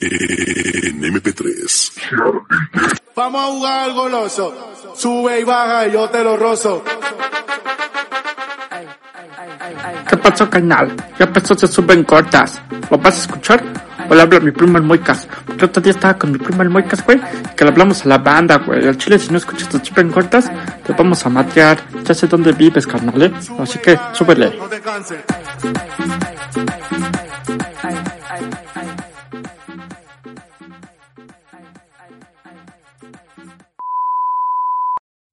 En MP3. Vamos a jugar al goloso. Sube y baja y yo te lo rozo. ¿Qué pasó, canal? Ya pasó, se suben cortas. ¿Lo vas a escuchar? O le habla mi primo el Moicas. Porque otro día estaba con mi primo el Moicas, güey. Que le hablamos a la banda, güey. Al chile, si no escuchas, se suben cortas. Te vamos a matear. Ya sé dónde vives, carnal, ¿eh? Así que, súbele. No te canses.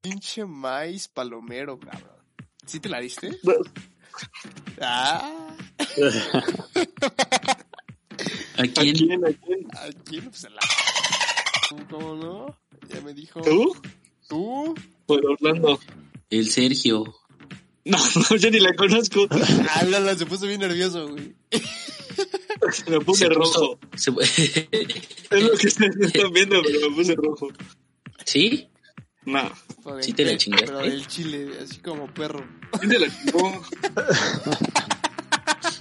Pinche maíz palomero, cabrón. ¿Sí te la diste? Ah, ¿A quién? ¿a quién? Pues a la... ¿Cómo no? Ya me dijo... ¿Tú? ¿Tú? Por Orlando. El Sergio. No, no, yo ni la conozco. Ah, la, la, se puso bien nervioso, güey. Me puse rojo. Se- Es lo que ustedes no están viendo, pero me puse rojo. ¿Sí? No. Por el Sí te la pe- chingaste. Pero del chile, así como perro. ¿Quién te la chingó?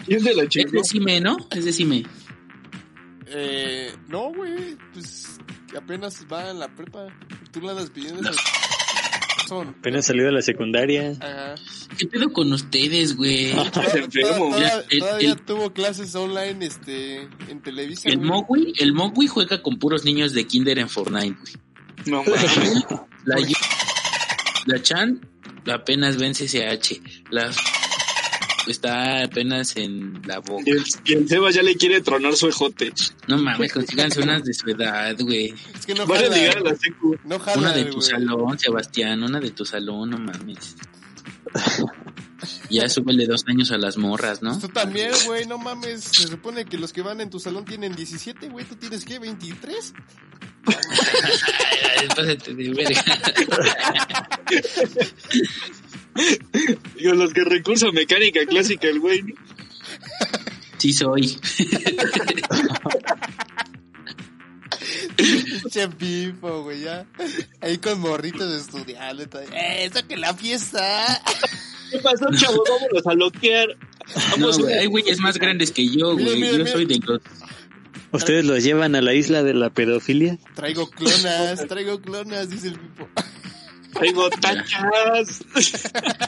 ¿Quién te la Es chingó? de Cime, ¿no? Es de Cime. Eh, no, güey, pues que apenas va en la prepa. Tú la andas pidiendo. Son. Apenas salió de la secundaria. Ajá. ¿Qué pedo con ustedes, güey? Estás enfermo. Todavía, Mira, el- todavía el- tuvo clases online este, en Televisa. El güey. Mogui, el Mogui juega con puros niños de kinder en Fortnite, güey. No mames. La, Yu- la Chan apenas ve en CCH. La está apenas en la Y boca. el, y el Seba ya le quiere tronar su ejote. No mames, consíganse unas de su edad, güey. Es que no Van a jala. llegar a la secu. No jala, Una de güey. tu salón, Sebastián, una de tu salón, no mames. Ya súbele dos años a las morras, ¿no? Pues Tú también, güey, no mames. Se supone que los que van en tu salón tienen 17, güey. ¿Tú tienes qué? ¿23? Ay, pásate de verga. Digo, los que recursan mecánica clásica, el güey. ¿no? Sí soy. Pinche pifo, güey, ya. Ahí con morritos estudiando. y todo. ¡Eh, saque la fiesta! ¿Qué pasó, chavos? Vámonos a loquear. No, Vamos güey, a... hay güeyes más grandes que yo, Mira, güey. mira, Yo mira. soy de los... ¿Ustedes los llevan a la isla de la pedofilia? Traigo clonas, traigo clonas, dice el pifo. Traigo tachas.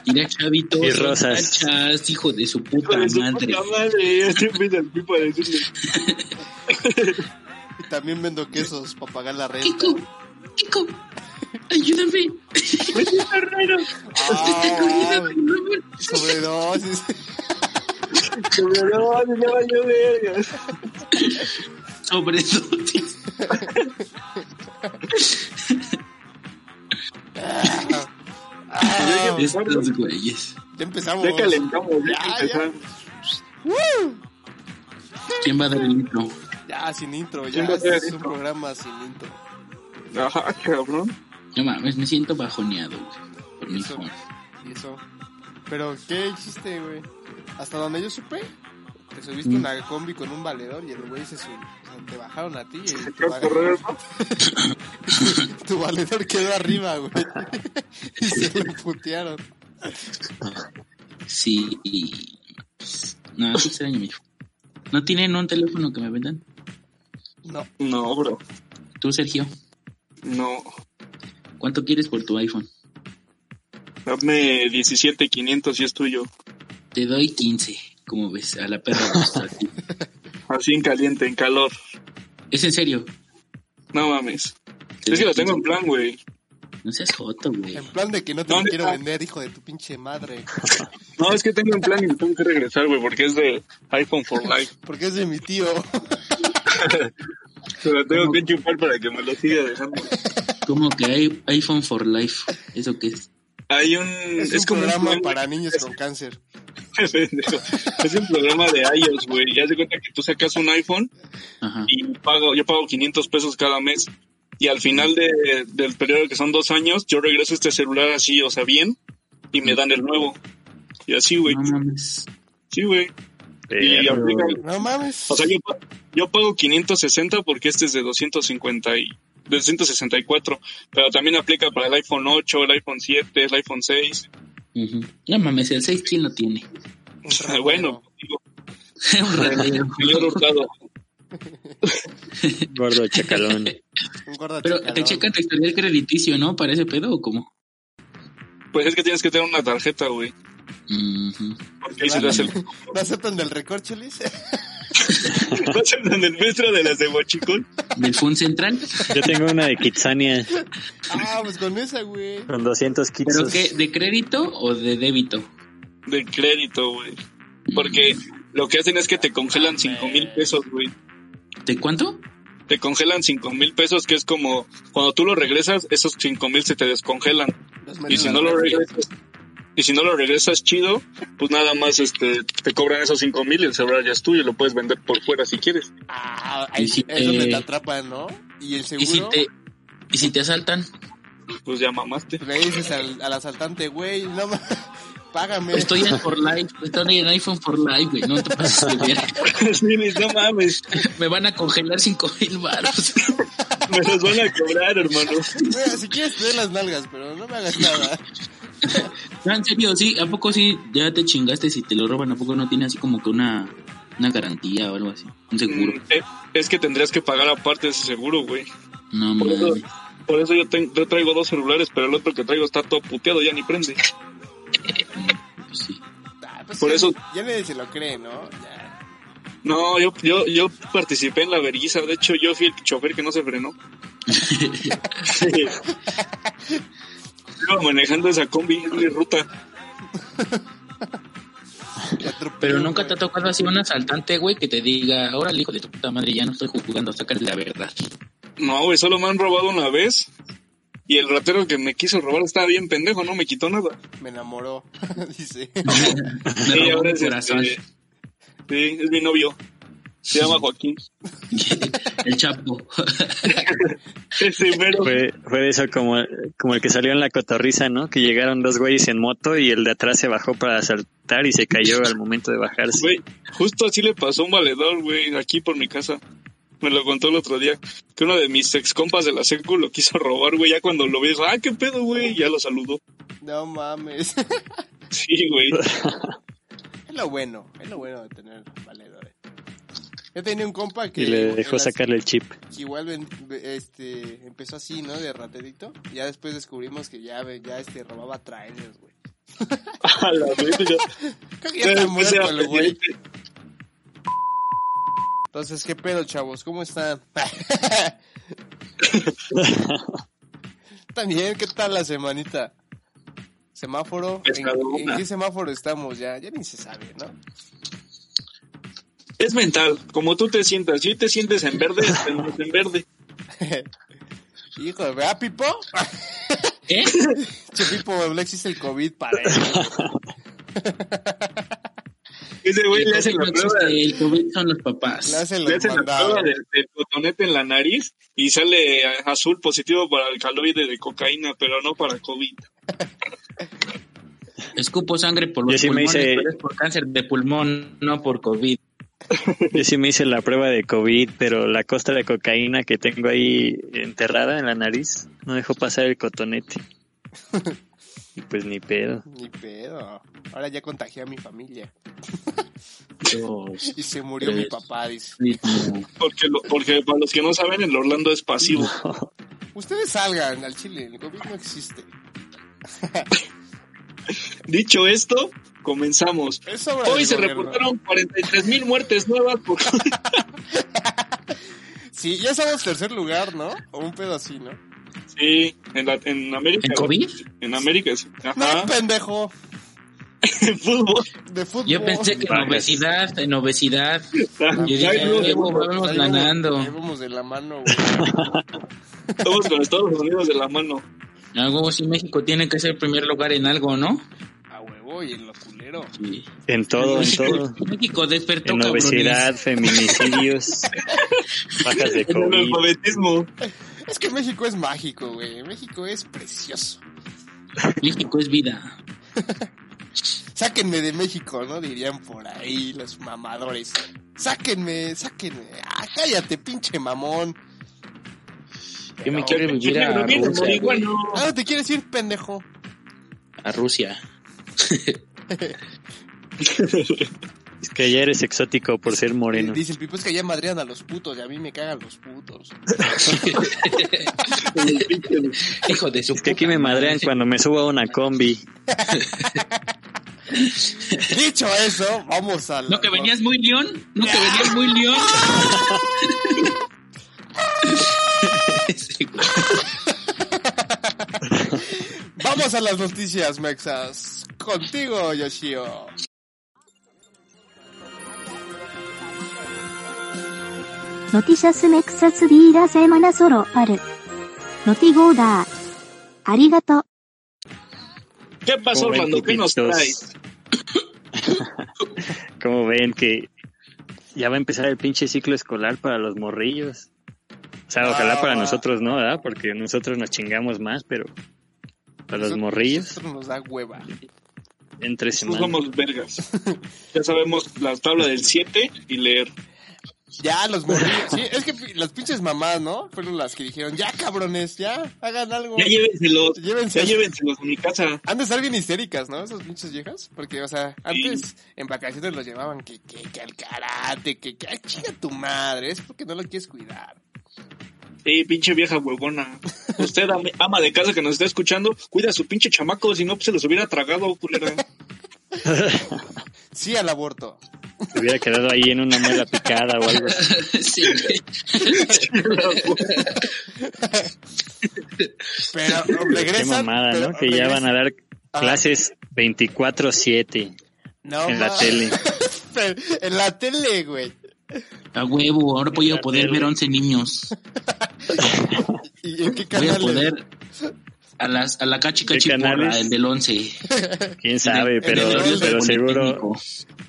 Mira, chavitos. Y rosas. tachas, hijo de su puta Hijo de su madre. puta madre. Ya se empieza el pipo a decirle. Y también vendo quesos para pagar la renta. Kiko, Kiko, ayúdame. Oye, Tornero, ¡Ah! Ayúdame, por favor. Sobredosis. Tornero, ya valió verga. Sobre dosis. Ah, Estos güeyes. ya empezamos. Ya calentamos, ya, Ya, empezamos. ¿Quién va a dar el intro? Ya, sin intro, ya. ¿Quién va a hacer Este es un esto? programa sin intro. Ajá, Ah, cabrón. No mames, me siento bajoneado, güey. Por mi Eso. hijo. Y eso. Pero, ¿qué hiciste, güey? Hasta donde yo supe, te subiste a una combi con un valedor y el güey se subió. O sea, te bajaron a ti y Qué tu, horror, va- tu valedor quedó arriba, güey. y se lo putearon. Sí. y- No, qué extraño, mi hijo. ¿No tienen un teléfono que me vendan? No, No, bro. Tú, Sergio, No. ¿cuánto quieres por tu iPhone? Dame 17500 y es tuyo. Te doy 15, como ves, a la perra. gusta, tío. Así en caliente, en calor. Es en serio. No mames. Te Es doy que lo tengo en 15. plan, güey. No seas joto, güey. en plan de que no te lo ¿Dónde quiero está? vender, hijo de tu pinche madre. No, es que tengo en plan y lo tengo que regresar, güey, porque es de iPhone for Life. Porque es de mi tío. Se lo tengo que chupar para que me lo siga dejando. ¿Cómo que hay iPhone for Life? ¿Eso qué es? Hay un. Es, un como un programa plan- para niños con cáncer. pendejo. es un programa de iOS, güey. Ya se cuenta que tú sacas un iPhone Ajá. y pago, yo pago 500 pesos cada mes. Y al final de- del periodo que son dos años, yo regreso este celular así, o sea, bien, y me dan el nuevo. Y así, güey. No mames. Sí, güey. Y Pero- aplican- No mames. o sea, yo, pa- yo pago 560 porque este es de 250 y, de 264. Pero también aplica para el iPhone 8, el iPhone 7, el iPhone 6. Ujú. No mames, el 6 quién lo tiene. bueno, digo, Un ratero. señor Hurtado. Gordo chacalón. Un gordo Pero te chacalón. checan tu historial crediticio, ¿no? ¿Para ese pedo o cómo? Pues es que tienes que tener una tarjeta, güey. Ujú. Porque ahí se le hace el... ¿No aceptan del recorchelis? ¿Vas a en el metro de las de Huachicol? ¿Del Fun Central? Yo tengo una de Kitsania ah, pues con esa, güey. con 200 kits. ¿Pero qué? ¿De crédito o de débito? De crédito, güey. Porque lo que hacen es que te congelan 5 mil pesos, güey. ¿De cuánto? Te congelan 5 mil pesos, que es como cuando tú lo regresas, esos 5 mil se te descongelan. Los Y meten si a no la lo refri. regresas, y si no lo regresas chido, pues nada más este te cobran esos 5 mil y el celular ya es tuyo, lo puedes vender por fuera si quieres. Ah, ahí Y si es donde te- te atrapan, ¿no? Y el seguro. ¿Y si te, y si te asaltan? Pues ya mamaste. Le dices al, al asaltante, güey, no ma- págame. Estoy en For Life, estoy en iPhone For Life, güey, no te pases de ver. Sí, Luis, no mames, Me van a congelar 5 mil baros. me los van a cobrar, hermano. Mira, si quieres te doy las nalgas, pero no me hagas nada. No, en serio, sí, ¿a poco sí ya te chingaste si te lo roban? ¿A poco no tiene así como que una, una garantía o algo así? Un seguro. Mm, eh, Es que tendrías que pagar aparte ese seguro, güey. No Mm, Por eso, mames. por eso yo, ten- yo traigo dos celulares, pero el otro que traigo está todo puteado, ya ni prende. pues sí. Ah, pues Por ya- eso- Ya nadie se lo cree, ¿no? Ya. No, yo, yo, yo participé en la vergüenza. De hecho, yo fui el chofer que no se frenó. Iba manejando esa combi, es mi ruta. te atropellan, Pero nunca te ha güey. tocado así un asaltante, güey, que te diga, órale, hijo de tu puta madre, ya no estoy jugando, sácale la verdad. No, güey, solo me han robado una vez. Y el ratero que me quiso robar estaba bien pendejo, no me quitó nada. Me enamoró, dice. Me Sí, robó ahora mi es, corazón. este, sí, es mi novio. Se llama Joaquín. El chapo. Ese mero. Fue, fue eso como, como el que salió en la cotorriza, ¿no? Que llegaron dos güeyes en moto y el de atrás se bajó para saltar y se cayó al momento de bajarse. Güey, justo así le pasó a un valedor, güey, aquí por mi casa. Me lo contó el otro día. Que uno de mis ex compas de la secu lo quiso robar, güey. Ya cuando lo vi, dijo, ah, qué pedo, güey. y Ya lo saludó. No mames. Sí, güey. Es lo bueno, es lo bueno de tener valedores. Yo tenía un compa que... Y le era dejó así, sacarle el chip. que Igual ven- ve- este, empezó así, ¿no? De raterito. Ya después descubrimos que ya, ve- ya este, robaba trailers, güey. A la verga. Creo que ya está Pero, pues, muerto sea, el güey. Entonces, ¿qué pedo, chavos? ¿Cómo están? También, ¿qué tal la semanita? ¿Semáforo? ¿En, Pesadona. en qué semáforo estamos ya? Ya ni se sabe, ¿no? Es mental. Como tú te sientas. Si te sientes en verde, estamos en verde. Hijo, ¿verdad, Pipo? ¿Eh? Che, Pipo, no existe el COVID para eso. Ese güey le hacen no la prueba, existe, le el COVID son los papás. Le hacen los hacen la mandados. prueba del, del cotonete en la nariz y sale eh, azul positivo para el caloide de cocaína, pero no para COVID. Escupo sangre por Yo los sí me pulmones, hice- pero es por cáncer de pulmón, no por COVID. Yo sí me hice la prueba de COVID, pero la costra de cocaína que tengo ahí enterrada en la nariz no dejó pasar el cotonete. Y pues ni pedo. Ni pedo. Ahora ya contagié a mi familia. Yo- Y se murió mi Tres. papá, dice. sí, no. Porque, lo- porque para los que no saben, el Orlando es pasivo. Ustedes salgan al Chile, el COVID no existe. Dicho esto, comenzamos. Es obra Hoy del se gobierno. reportaron 43 mil muertes nuevas por COVID. Sí, ya somos tercer lugar, ¿no? O un pedo así, ¿no? Sí, en, la- en América. ¿En COVID? En América, sí. No, Ajá. pendejo. En fútbol. De fútbol. Yo pensé que en Vaya. obesidad, en obesidad. Yo dije, Ahí vemos, "Huevo, vamos Ahí vamos- ahí ganando. vamos de la mano, güey. Estamos con Estados Unidos de la mano. Algo si México tiene que ser primer lugar en algo, ¿no? A huevo, güey, en lo culero. Sí. En todo, en México- todo. México despertó, En cabrones. obesidad, feminicidios, bajas de En el COVID. alfabetismo. Es que México es mágico, güey. México es precioso. México es vida. Sáquenme de México, ¿no? Dirían por ahí los mamadores. Sáquenme, sáquenme. Ah, cállate, pinche mamón. Yo me quiero vivir Yo a creo que no, Rusia, güey. marihuana. Ah, no te quieres ir, pendejo. A Rusia. Es que ya eres exótico por ser moreno. Dice el pipo, es que allá madrean a los putos y a mí me cagan los putos. Hijo de su Es que aquí me madrean cuando me subo a una combi. Dicho eso, vamos a... la- No, que venías muy león. No, que venías muy león. Sí, güey. Vamos a las noticias, Mexas. Contigo, Yoshio. Noticias Mexas de la semana solo al. Notigo da. Arigato. ¿Qué pasó, Como ven, Orlando? ¿Qué nos pupitos. traes? Como ven que ya va a empezar el pinche ciclo escolar para los morrillos. O sea, ojalá Ah, para va. nosotros no, ¿verdad? Porque nosotros nos chingamos más, pero para los Nosotros- morrillos, nosotros nos da hueva. en tres No semanas. somos vergas. Ya sabemos la tabla del 7 y leer. Ya, los morrillos. Sí, es que pi- las pinches mamás, ¿no? Fueron las que dijeron, ya, cabrones, ya, hagan algo. Ya llévenselos. Ya Llévense. llévenselos a mi casa. Han de estar bien histéricas, ¿no? Esas pinches viejas. Porque, o sea, antes en vacaciones los llevaban que, que, que al karate, que, que, ay, chinga tu madre, es porque no lo quieres cuidar. Sí, pinche vieja huevona. Usted, am- ama de casa que nos está escuchando, cuida a su pinche chamaco, si no pues, se los hubiera tragado, culera. Sí al aborto. Se hubiera quedado ahí en una muela picada o algo. así. Sí, güey. Pero Qué regresan. mamada, pero ¿no? Que ya van a dar Ah. clases 24-7 No en la ma- tele. Pero en la tele, güey. A huevo, ahora voy a La poder tele. ver 11 niños. ¿Y en qué Voy a canal? poder a, las, a la cachi ¿Qué cachi porra, canales? el del 11. Quién sabe, el pero, rol del pero seguro, Politécnico.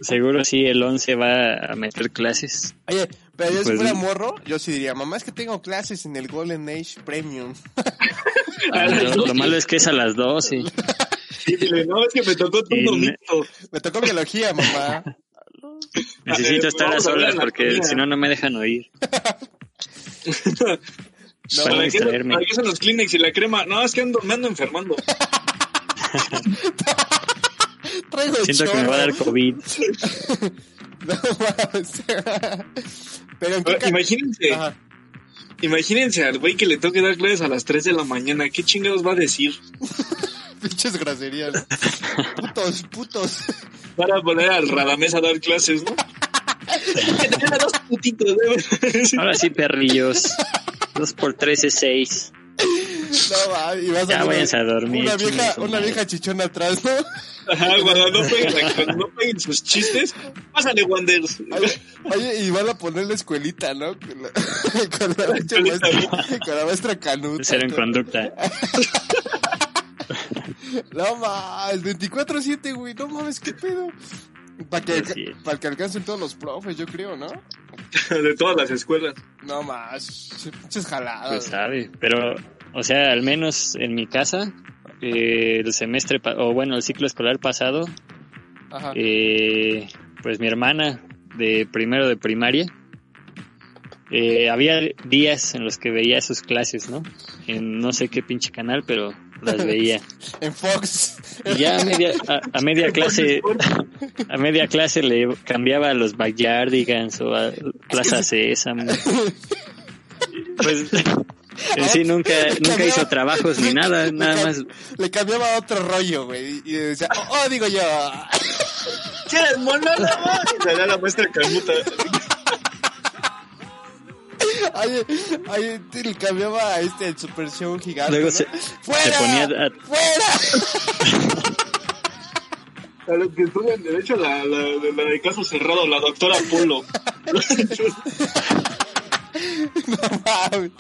seguro sí el 11 va a meter clases. Oye, pero yo si Pues- fuera morro, yo sí diría, mamá, es que tengo clases en el Golden Age Premium. Ah, lo, lo malo es que es a las 12. Y dile, no, es que me tocó Y un domingo. Me tocó biología, mamá. Necesito Eh, estar a vamos a hablar solas de la porque comida. si no, no me dejan oír. No, para ¿Para qué, distraerme. para qué son los Kleenex y la crema? No, es que ando, me ando enfermando. Traigo el Siento que me va a dar chorro. COVID. No mames. Pero en qué Ahora, ca- Imagínense, Ajá. imagínense al güey que le toque dar clases a las 3 de la mañana. ¿Qué chingados va a decir? Pinches groserías. Putos, putos. Para poner al Radamés a dar clases, ¿no? que te quedan dos putitos, ¿eh? Sí. Ahora sí, perrillos. 2 por 3 es 6. No mames. Y vas Ya ver váyanse a dormir, Una chingue vieja, su una madre. vieja chichona atrás, ¿no? Ajá, cuando no peguen, la- cuando no peguen sus chistes, pásale, Wanders. Oye, oye, y van a poner la escuelita, ¿no? Con la, con la, pinche escuelita, maestra, con la maestra canuta. Cero en conducta. Ah. No mames, 24-7, güey. No mames, qué pedo. Para que, Así es. para que alcancen todos los profes, yo creo, ¿no? De todas las escuelas. No más, pinches jaladas. Pues güey. sabe. Pero, o sea, al menos en mi casa, eh, el semestre, pa- o bueno, el ciclo escolar pasado, Ajá. eh, pues mi hermana de primero de primaria, eh, había días en los que veía sus clases, ¿no? En no sé qué pinche canal, pero las veía. En Fox. Y ya a media, a, a media clase, a media clase le cambiaba a los Bayardigans o a Plaza Sésamo. Pues en sí nunca, nunca hizo trabajos Pues ni nada, nada Le- más. Le cambiaba a otro rollo, güey. Y decía, oh, oh", digo yo. ¿Qué eres monólogo? Y salía la muestra canuta. Oye, oye, te- le cambiaba a este el Super Show gigante. Luego ¿no? se- ¡Fuera! se ponía a- ¡Fuera! A los que estudian derecho, la, la, la de caso cerrado, la doctora Polo. No mames.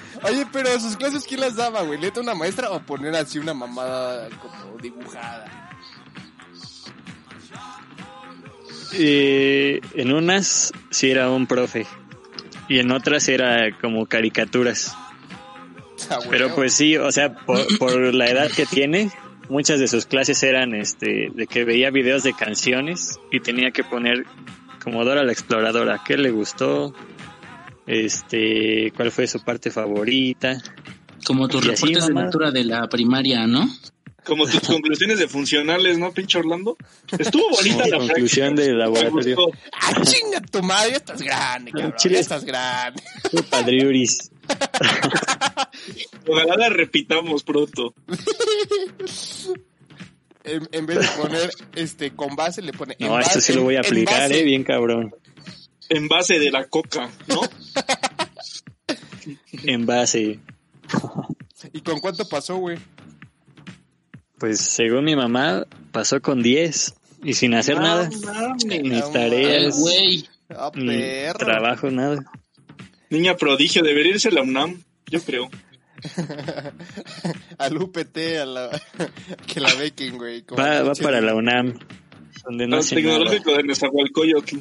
Oye, pero sus clases, ¿quién las daba, güey? ¿Leta una maestra o poner así una mamada como dibujada? eh, en unas sí era un profe y en otras era como caricaturas. Ah, güey, Pero pues sí, o sea, por, por la edad que tiene, muchas de sus clases eran este, de que veía videos de canciones y tenía que poner como Dora la Exploradora, qué le gustó, este, cuál fue su parte favorita. Como tus Y así, reportes de mamá. natura de la primaria, ¿no? Como tus conclusiones de funcionales, ¿no, pinche Orlando? Estuvo bonita Sí, la conclusión práctica. de laboratorio. Me gustó. Ah, chinga tu madre, ya estás grande, cabrón. Chile. Ya estás grande. Fue Padriuris. Ojalá la repitamos pronto. En, en vez de poner este con base, le pone. No, en esto base- sí lo voy a en- en aplicar, base. eh, bien cabrón. En base de la coca, ¿no? En base, ¿Y con cuánto pasó, güey? pues según mi mamá, pasó con 10 y sin hacer nada, Ah, mames. mis no Eh, tareas, güey. Ah, ni perro. trabajo, nada. Niña prodigio, debería irse a la UNAM, yo creo. Al UPT, a la. que la bequen, güey. como Va, va pinche- para la UNAM, donde no Lo hacen nada. tecnológico de Nezahualcóyotl.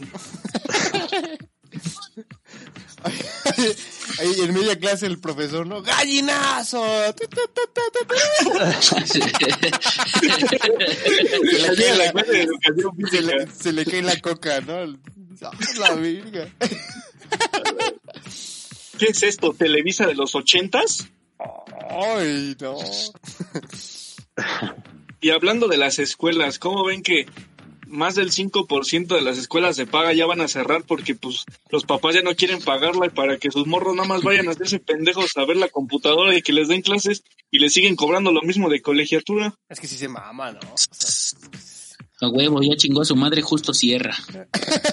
Ahí en media clase el profesor, ¿no? ¡Gallinazo! Tu, tu, tu, tu, tu, tu. Se le Mira, cae la la- clase de educación se le- física. se le cae la coca, ¿no? Ah, La virga. ¿Qué es esto? ¿Televisa de los ochentas? Ay, no. Y hablando de las escuelas, ¿cómo ven que más del 5% de las escuelas de paga ya van a cerrar porque pues los papás ya no quieren pagarla y para que sus morros nada más vayan a hacerse pendejos a ver la computadora y que les den clases y les siguen cobrando lo mismo de colegiatura? Es que sí se mama, ¿no? A huevo, ya chingó a su madre justo cierra.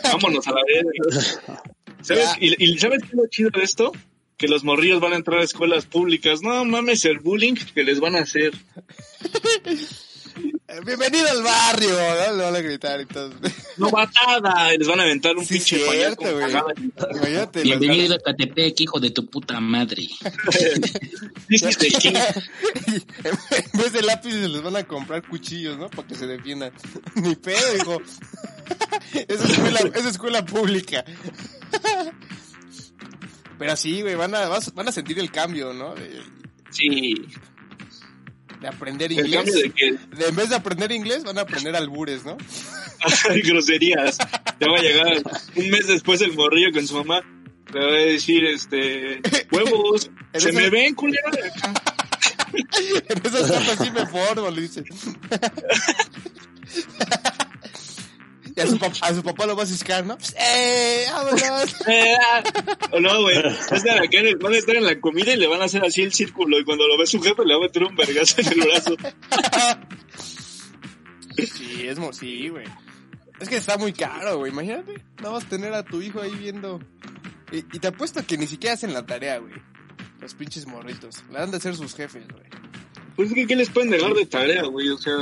Vámonos a la vez. ¿Sabes? ¿Y, y sabes qué es lo chido de esto? Que los morrillos van a entrar a escuelas públicas. No mames, el bullying que les van a hacer. Eh, Bienvenido al barrio, ¿no? Le van a gritar entonces. No batada. Les van a aventar un Sí, pinche pañal cierto, con güey. cagada. Imagínate. los- Bienvenido a Catepec, hijo de tu puta madre. Dices de quién. en vez de lápices les van a comprar cuchillos, ¿no? Para que se defiendan. Ni pedo, hijo. es, escuela, es escuela pública. Pero sí, güey, van a, vas- van a sentir el cambio, ¿no? De, Sí. de aprender El cambio inglés. de que De- en vez de aprender inglés, van a aprender albures, ¿no? Ay, groserías. Ya va a llegar un mes después el morrillo con su mamá. Le va a decir, este, huevos, se Eres me un- ven, culera. en esas tapas sí me formo, le dice. y a su, pap- a su papá lo va a ciscar, ¿no? ¡Eh! ¡Vámonos! Eh, ah. O no, güey. Van a estar acá en el- Van a estar en la comida y le van a hacer así el círculo. Y cuando lo ve su jefe, le va a meter un vergazo en el brazo. Sí, es mo- sí, güey. Es que está muy caro, güey. Imagínate, nada más tener a tu hijo ahí viendo. Y, y te apuesto que ni siquiera hacen la tarea, güey. Los pinches morritos. La han de hacer sus jefes, güey. Pues es que, ¿qué les pueden dejar de tarea, güey? O sea,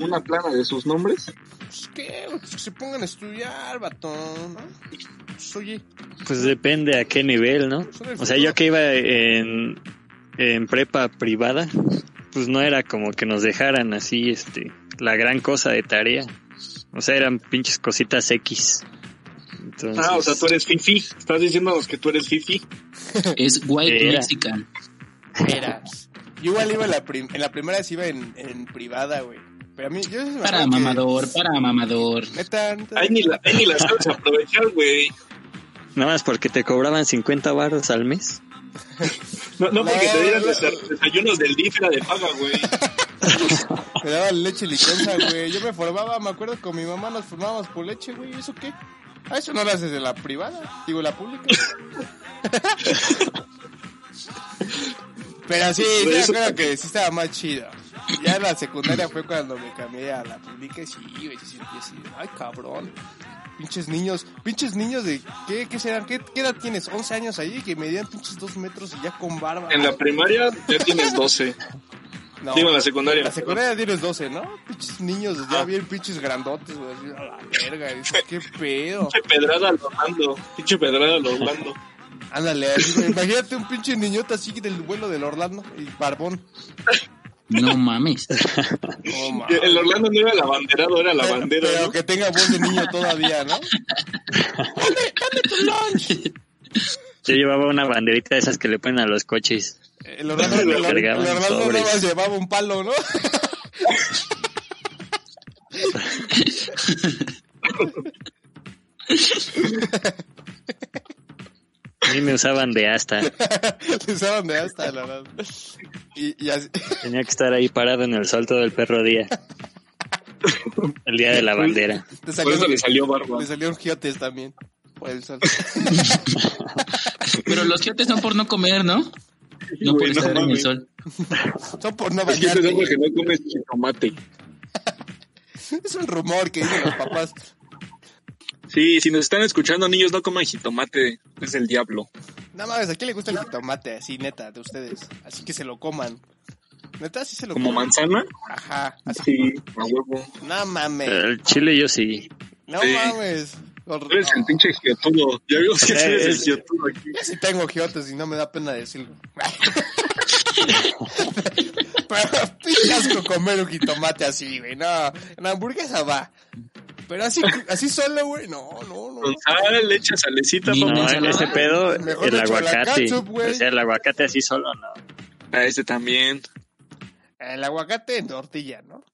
una plana de sus nombres. Pues qué, güey? Pues que se pongan a estudiar, batón, ¿no? Pues, oye, Pues depende a qué nivel, ¿no? O sea, yo que iba en, en prepa privada, pues no era como que nos dejaran así, este, la gran cosa de tarea. O sea, eran pinches cositas X. Entonces, Ah, o sea, tú eres fifi. Estás diciéndonos que tú eres fifi. Es white Era. mexican. Era. Yo igual iba en la, prim- en la primera, sí iba en, en privada, güey. Pero a mí, yo me Para acuerdo que- mamador, para mamador. Neta, neta. Ahí ni la, ahí ni la sabes aprovechar, güey. Nada más porque te cobraban 50 baros al mes. No, no porque te dieran No. desa- desayunos del DIF era de paga, güey. Me daban leche liconza, güey. Yo me formaba, me acuerdo con mi mamá nos formábamos por leche, güey. ¿Y ¿Eso qué? Ah, eso no lo haces de la privada, digo la pública. Pero sí, Por yo eso- creo que sí estaba más chido. Ya en la secundaria fue cuando me cambié a la pública y sí, güey, sí sentí así, ay cabrón. Pinches niños, pinches niños de, ¿qué, qué serán? ¿Qué, qué edad tienes? 11 años ahí que medían pinches 2 metros y ya con barba. En la primaria ya tienes 12. No. Digo, en la secundaria. La secundaria tienes 12, ¿no? Pinches niños, Ah. ya bien pinches grandotes, güey. así, A la verga, dices, qué pedo. Pinche pedrada al Orlando. Pinche pedrada al Orlando. Ándale, así, güey, imagínate un pinche niñota así del vuelo del Orlando y barbón. No mames. Oh, ma. El Orlando no era el abanderado, era la bandera. Pero ¿no? que tenga voz de niño todavía, ¿no? Yo llevaba una banderita de esas que le ponen a los coches. El Orlando, el Lo Orlando- el cargaban Orlando nada sobres. más llevaba un palo, ¿no? A mí me usaban de asta. Se usaban de hasta, la verdad. Y, y así, Tenía que estar ahí parado en el sol todo el perro día. El día de la bandera. te Por salió, eso le salió barba. le salieron giotes también. Por el sol. Pero los chiotes son por no comer, ¿no? No por Güey, no estar en el mames. sol. Son por no Es que ese bañarte. es hombre que no come jitomate. Es un rumor que dicen los papás. Sí, si nos están escuchando, niños, no coman jitomate. Es el diablo. Nada más, ¿a quién le gusta el jitomate? Así, neta, de ustedes. Así que se lo coman. Neta, sí se lo ¿Como coman. manzana? Ajá. Así. Sí, a huevo. No mames. El chile yo sí. No Sí. mames. Hor- Tú eres el no. pinche giotudo. Ya vimos que O sea, sí Eh, eres es- el giotudo aquí. Yo sí tengo giotes y no me da pena decirlo. Pero pinche asco comer un jitomate así, güey. No, en hamburguesa va. Pero así, así solo, güey. No, no, no. Con sal, le echas salecita, Ni papá. No, en ese pedo, Mejor el échale la aguacate. catsup, güey. O sea, el aguacate así solo, no. A este también. El aguacate en tortilla, ¿no?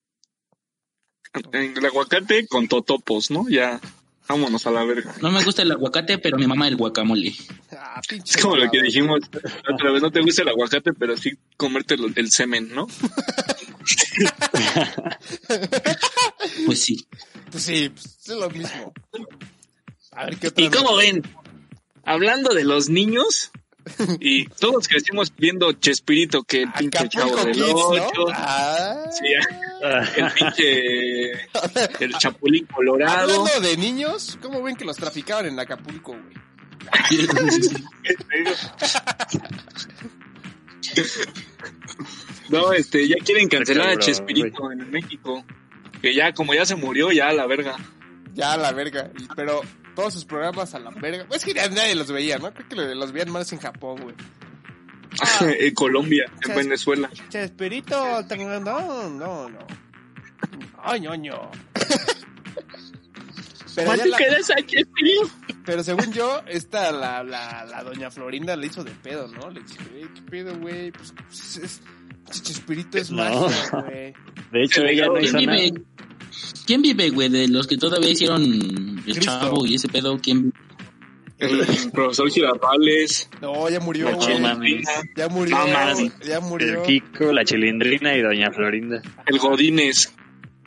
El aguacate con totopos, ¿no? Ya, vámonos a la verga. No me gusta el aguacate, pero mi mamá el guacamole. Ah, pinche. Es como lo que mamada. dijimos la otra vez, no te gusta el aguacate, pero sí comerte el, el semen, ¿no? Pues sí. Pues sí, pues, es lo mismo. A ver qué otra. ¿Y cómo ven? Hablando de los niños, y todos crecimos viendo Chespirito, que el pinche chavo Acapulco del Kids, Ocho, ¿no? Ah. sí, Ah. el pinche el chapulín colorado, Hablando de niños, ¿cómo ven que los traficaban en Acapulco, güey? No, este, ya quieren cancelar a Cabrón, Chespirito en México. Que ya, como ya se murió, ya a la verga. Ya a la verga. Y- Pero todos sus programas a la verga. Pues Es que ya nadie los veía, ¿no? Creo que lo- los veían más en Japón, güey. en Colombia, en Chas- Venezuela. Chespirito, tan- no, no, no. Ay, ñoño. Pero, ya la- pero según yo, esta, la, la, la doña Florinda le hizo de pedo, ¿no? Le dijo, "Ey, ¿qué pedo, güey? Pues, pues, es- Chespirito es No. magia, güey. De hecho, El ella no legado hizo ¿Quién nada. vive? ¿Quién vive, güey? De los que todavía hicieron el Cristo. chavo y ese pedo, ¿quién? El, profesor Girafales, No, ya murió, la no güey. mames. Chilindrina, Ya murió, No mames. ya El murió. Kiko, la chilindrina y doña Florinda. el Godínez.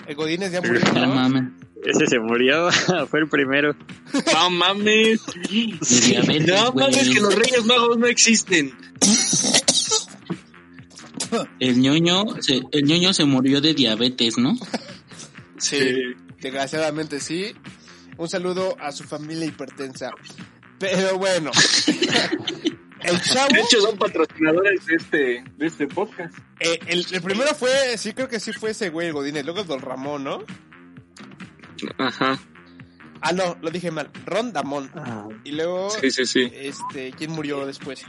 El Godínez ya murió, No ¿no? mames. Ese se murió, fue el primero. No mames. De diabetes, No güey. mames, que los Reyes Magos no existen. El ñoño, se, el ñoño se murió de diabetes, ¿no? Eh, Sí. Desgraciadamente sí. Un saludo a su familia hipertensa. Pero bueno. El chavo, De hecho, son patrocinadores de este, de este podcast. eh, el, el primero fue, sí creo que sí fue ese güey, el Godínez, luego Don Ramón, ¿no? Ajá. Ah, no, lo dije mal, Ron Damón. Y luego, Ah. Sí, sí, sí. este, ¿quién murió después?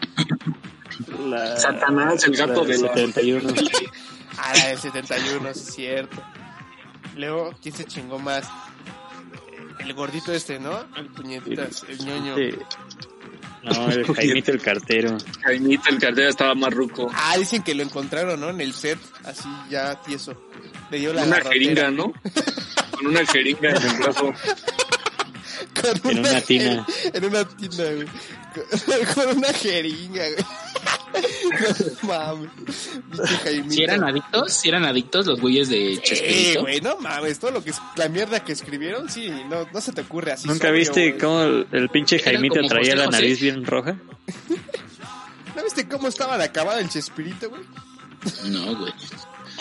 La- Satanás, el gato la de la- 71. Ah, la del 71, sí es cierto. Luego, ¿quién se chingó más? El gordito este, ¿no? El puñetas, el ñoño. Sí. No, el Jaimito el cartero. Jaimito, el caldera estaba más ruco. Ah, dicen que lo encontraron, ¿no? En el set, así ya tieso. Le dio la Una garrotera. jeringa, ¿no? Con una jeringa en el brazo. Con En una tina. En una tina, güey. Con- Con una jeringa, güey. No mames. Pinche Jaimito. Si eran adictos, si eran adictos los güeyes de Eh, Chespirito. güey, no mames, todo lo que es, la mierda que escribieron, sí, no, no se te ocurre así. ¿Nunca sobrio, viste güey. cómo el, el pinche Era Jaimito como traía José la José. nariz bien roja? ¿No viste cómo estaba de acabado el Chespirito, güey? No, güey.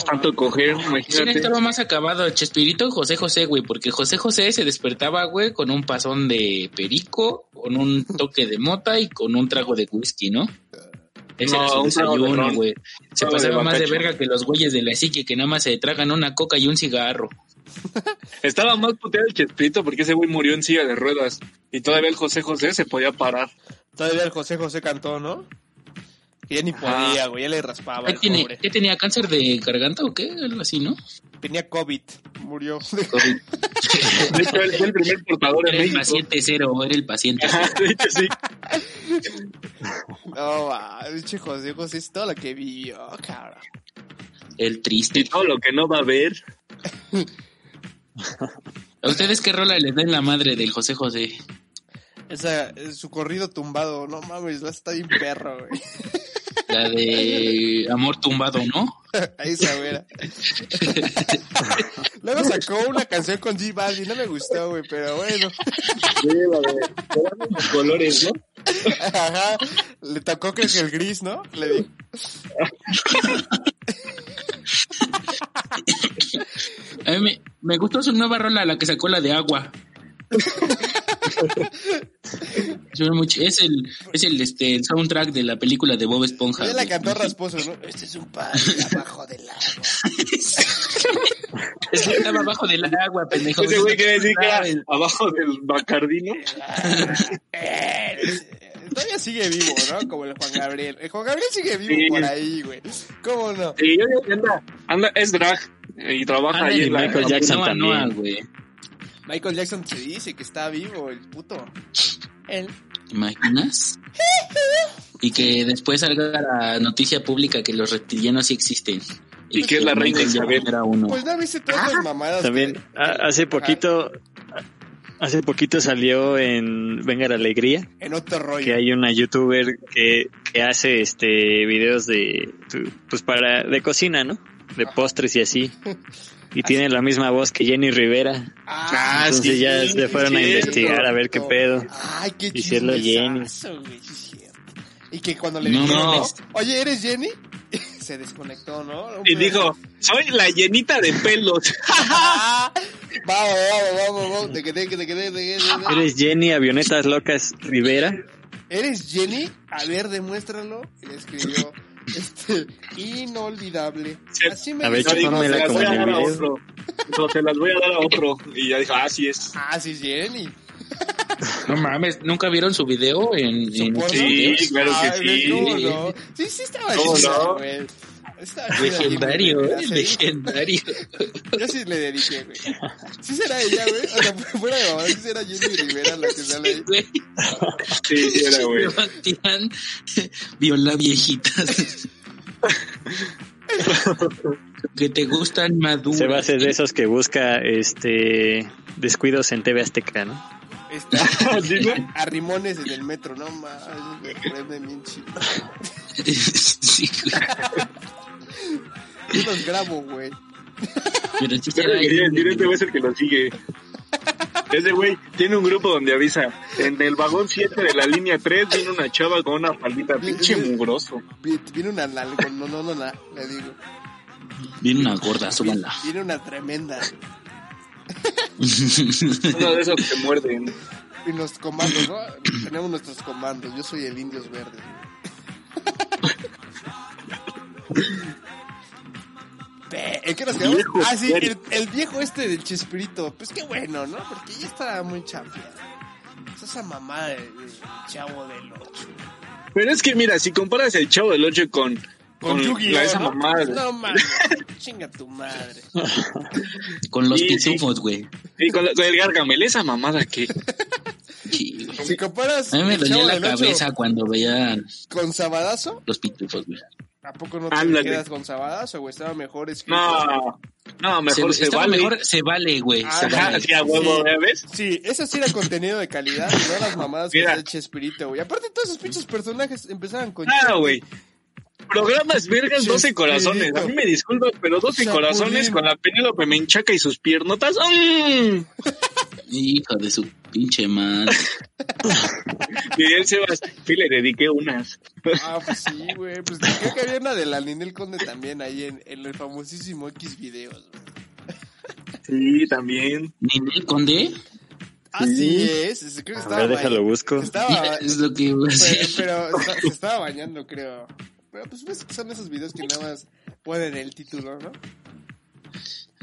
Tanto coger, ¿Quién imagínate. estaba más acabado, Chespirito o José José, güey? Porque José José se despertaba, güey, con un pasón de perico, con un toque de mota y con un trago de whisky, ¿no? Ese No, era su un trago de desayuno, ron. güey. Se Trago de pasaba más de bacacho. verga que los güeyes de la psique que nada más se tragan una coca y un cigarro. Estaba más puteado el Chespirito porque ese güey murió en silla de ruedas. Y todavía el José José se podía parar. Todavía el José José cantó, ¿no? Ya ni podía, güey, ya le raspaba. ¿Qué El tiene- pobre. ¿Qué tenía? ¿Cáncer de garganta o qué? Algo así, ¿no? Tenía COVID, murió. De hecho, él fue el primer portador en Era el México. paciente cero, era el paciente cero. Ajá, de hecho, sí. no, va, pinche José José es todo lo que vivió, cabrón. El triste. Y todo lo que no va a haber. ¿A ustedes qué rola les den la madre del José José? Esa, eh, su corrido tumbado, no mames, la está bien perro, güey. La de Amor Tumbado, ¿no? Ahí se vera. Luego sacó una canción con G Balvin, no me gustó, güey, pero bueno. Sí, la de- te dan los colores, ¿no? Ajá, le tocó creo que el gris, ¿no? Le di. A mí me, me gustó su nueva rola, la que sacó la de agua. Se ve mucho- Es el, es el, este, el soundtrack de la película de Bob Esponja. Ya la güey. cantó rasposo, ¿no? Este es un pan abajo del agua. Es que estaba abajo del agua, pendejo. Ese güey quiere decir que era Sabes. abajo del bacardino. Todavía sigue vivo, ¿no? Como el Juan Gabriel. El Juan Gabriel sigue vivo Sí. por ahí, güey. ¿Cómo no? Sí, yo digo que anda, anda, es drag eh, y trabaja Ah, ahí de en la... Michael Jackson Noa, también. Noa, güey. Michael Jackson se dice que está vivo, el puto. Él. ¿Te imaginas? Y que después salga la noticia pública que los reptilianos sí existen. Y que es la reina Michael Isabel. Jackson Era uno. Pues no viste todas las mamadas. También a- hace poquito, hace poquito salió en Venga la Alegría que- En otro que rollo. hay una youtuber que, que hace este videos de pues para de cocina, ¿no? De postres y así. Y tiene la misma voz que Jenny Rivera. Ah, Entonces ya sí, se fueron a cierto. investigar a ver qué pedo. Ay, qué Y si es la Jenny. chismesazo, güey, sí es cierto. Y que cuando le No, dijeron, no. ¿no? oye, ¿eres Jenny? se desconectó, ¿no? Y dijo, soy la llenita de pelos. Ah, vamos, vamos, vamos, vamos. Te quedé, te quedé, te quedé, te quedé. ¿Eres Jenny Avionetas Locas Rivera? ¿Eres Jenny? A ver, demuéstralo. Y le escribió, este, inolvidable. Sí. Así me A ver, dijo. No, dijo, se fórmela las como voy a en el dar a video. otro. No, se las voy a dar a otro. Y ya dijo, ah, sí es. Ah, sí, Jenny. No mames, ¿nunca vieron su video en, en ¿Supongo? Sí, claro que Ay, güey, sí. ¿cómo no? Sí, sí, estaba ¿Cómo chida, no? güey. Estaba chida, Legendario, Jenny, eh, la serie. legendario. Yo sí le dediqué, güey. Sí será ella, güey. O sea, fuera de mamá, sí será Jenny Rivera la que sale ahí. Güey, Sí, sí era, güey. Sebastián viola viejitas. que te gustan maduras. Se va a hacer de esos que busca este descuidos en TV Azteca, ¿no? Está Sí, güey. a rimones Este, en el metro, no mames. Me prende bien chido. sí, güey. Yo los grabo, güey. Pero sí Yo será le quería él. decir, este güey es el que lo sigue. Ese güey tiene un grupo donde avisa, en el vagón 7 de la línea 3 viene una chava con una palita pinche mugroso. Vi- Viene una largo, no, no, no, na, le digo. Viene una gorda, súbala. Viene una tremenda. Uno de esos que muerden. Y los comandos, ¿no? Tenemos nuestros comandos. Yo soy el Indios Verdes. Pe- ¿En qué nos quedamos? Viejo Ah, sí, el, Verdes. el viejo este del Chespirito. Pues qué bueno, ¿no? Porque ya está muy champion. Es esa mamá del chavo del ocho. Pero es que mira, si comparas el chavo del 8 con, Con Yugi. la, esa ¿no? mamada, No mames. Chinga tu madre. Con los Sí, sí. pitufos, güey. y con, la- con el gargamel, esa mamada que Sí, güey. Si comparas A mí me el chavo dolía la del Ocho cabeza cuando veía con Sabadazo, los pitufos, güey. ¿A poco no te Ándale. quedas con Sabadazo, güey? Estaba mejor escrito. no, no, mejor se, estaba vale. mejor se vale, güey. Ah, se Ajá, vale. sí, a huevo, ¿ya ¿ves? Sí, eso sí era contenido de calidad, no las mamadas que Mira. hacía Chespirito, güey. Aparte, todos esos pinches personajes empezaban con... Claro, güey. Programas vergas, 12 corazones. A mí me disculpas, pero 12 Chapulín. corazones con la Penélope Menchaca y sus piernotas. ¡mm! Hijo de su pinche madre. Y él se va. Sí, le dediqué unas. Ah, pues sí, güey. Pues creo que había una de la Ninel Conde también ahí en, en el famosísimo X videos, güey. Sí, también. Ninel Conde Así Ah, es, es- creo que A estaba... ver, déjalo bañando. busco. Estaba... es lo que iba a pero, decir. pero está- se estaba bañando, creo. Pero pues ves que son esos videos que nada más ponen el título, ¿no?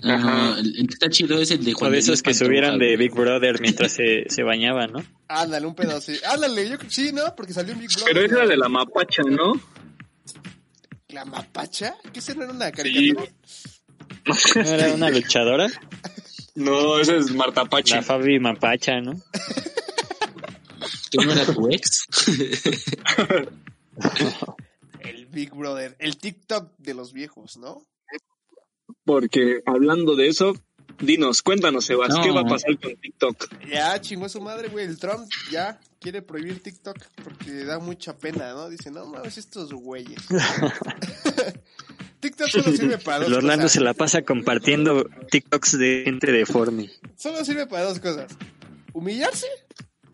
Ajá, el el que está chido es el de O Juan de de Dios esos que subieron de Pantoja, Big Brother mientras se, se bañaban, ¿no? Ándale, un pedazo. Ándale, yo creo- sí, ¿no? Porque salió un Big Brother. Pero esa era de la mapacha, ¿no? ¿La mapacha? ¿Qué esa no era una caricatura? ¿No era una luchadora? No, esa es Marta Pachi. La Fabi Mapacha, ¿no? ¿Tú no era tu ex? El Big Brother. El TikTok de los viejos, ¿no? Porque hablando de eso, dinos, cuéntanos, Sebas, No. ¿qué va a pasar con TikTok? Ya chingó a su madre, güey. El Trump ya quiere prohibir TikTok porque da mucha pena, ¿no? Dice, no mames, estos güeyes. TikTok solo sirve para dos El Orlando cosas. se la pasa compartiendo TikToks de gente deforme. Solo sirve para dos cosas. Humillarse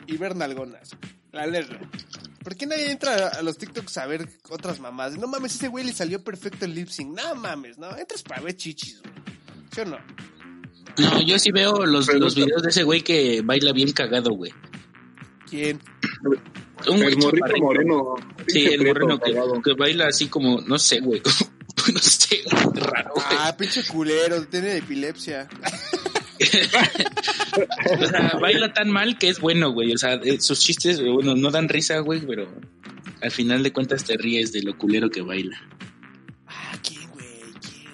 y ver nalgonas. La neta. ¿Por qué nadie entra a los TikToks a ver otras mamás? No mames, ese güey le salió perfecto el lip sync. No mames, no. Entras para ver chichis, güey. ¿Sí o no? No, yo sí veo los, los videos de ese güey que baila bien cagado, güey. ¿Quién? Un güey El morrito chaparrito. moreno. Sí, el Prieto, moreno que, cagado. que baila así como, no sé, güey. no sé, güey, raro, güey. Ah, pinche culero. Tiene epilepsia. O sea, baila tan mal que es bueno, güey. O sea, eh, sus chistes, eh, bueno, no dan risa, güey, pero al final de cuentas te ríes de lo culero que baila. Ah, ¿quién, güey? ¿Quién?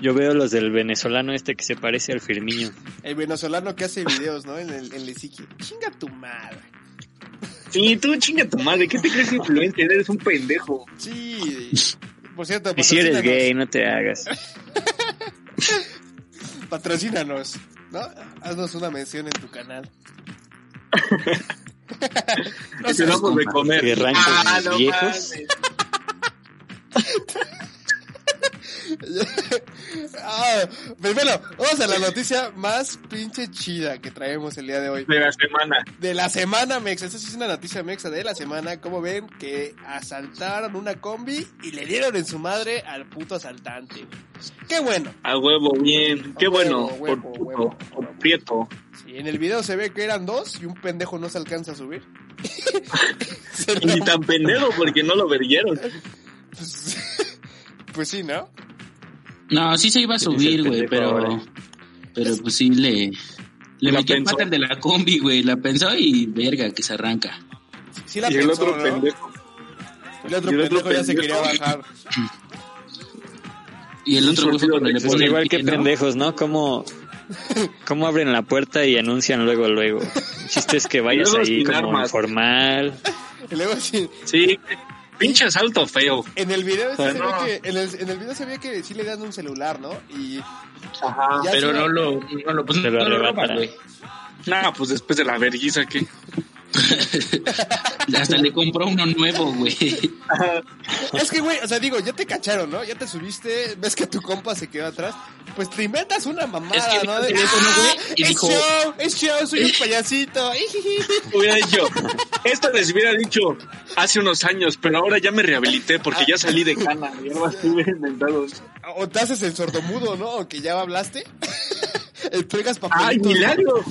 Yo veo los del venezolano este que se parece al Firmiño. El venezolano que hace videos, ¿no? En el, en el Ezequiel. Chinga tu madre. Sí, tú chinga tu madre, ¿qué te crees influencer? Eres un pendejo. Sí. Por cierto, Y si eres patrocínanos. gay, no te hagas. Patrocínanos, ¿no? Haznos una mención en tu canal. No te damos de comer. Que rancos Ah, los no viejos. mames. Ah, primero, vamos a la noticia más pinche chida que traemos el día de hoy. De la semana. De la semana, Mexa. Esta sí es una noticia Mexa de la semana. Como ven, que asaltaron una combi y le dieron en su madre al puto asaltante. Qué bueno. A huevo, bien. Qué A bueno. huevo, huevo, por puto, huevo. por prieto. Sí, en el video se ve que eran dos y un pendejo no se alcanza a subir. Se lo- Ni tan pendejo porque no lo verguieron. pues, pues sí, ¿no? No, sí se iba a ¿Quién es subir, el güey, pendejo pero, ahora? pero pues sí le, le La metió pensó. patas de la combi, güey. La pensó y verga que se arranca. Sí la Y el pensó, otro ¿no? pendejo. El otro Y el pendejo otro ya se quería pendejo. bajar. Y el Un otro güey fue surtido cuando de le exceso. pone el Pues igual pie, que ¿no? pendejos, ¿no? ¿Cómo, ¿Cómo abren la puerta y anuncian luego, luego? El chiste es que vayas Luego ahí sin como armas. informal. Y luego sí, Sí, pinche asalto feo. en el video sí Ah, se no. ve que, en el, en el video se ve que sí le dan un celular, ¿no? Y Ajá. ya Pero se- no lo, no lo, pues, Se lo no lo arrebata. roban, güey. Nah, pues después de la vergüenza que. Hasta le compró uno nuevo, güey. Es que, güey, o sea, digo, ya te cacharon, ¿no? Ya te subiste, ves que tu compa se quedó atrás. Pues te inventas una mamada, Es que ¿no? vio De, el teléfono, güey, "Ah, y es dijo- show, es show, soy un payasito. Hubiera dicho, esto les hubiera dicho hace unos años, pero ahora ya me rehabilité porque ya salí de cana. Y ahora sí me he inventado. o te haces el sordomudo, ¿no? O que ya hablaste. Entregas papelitos. ¡Ay, ¿no? milagro!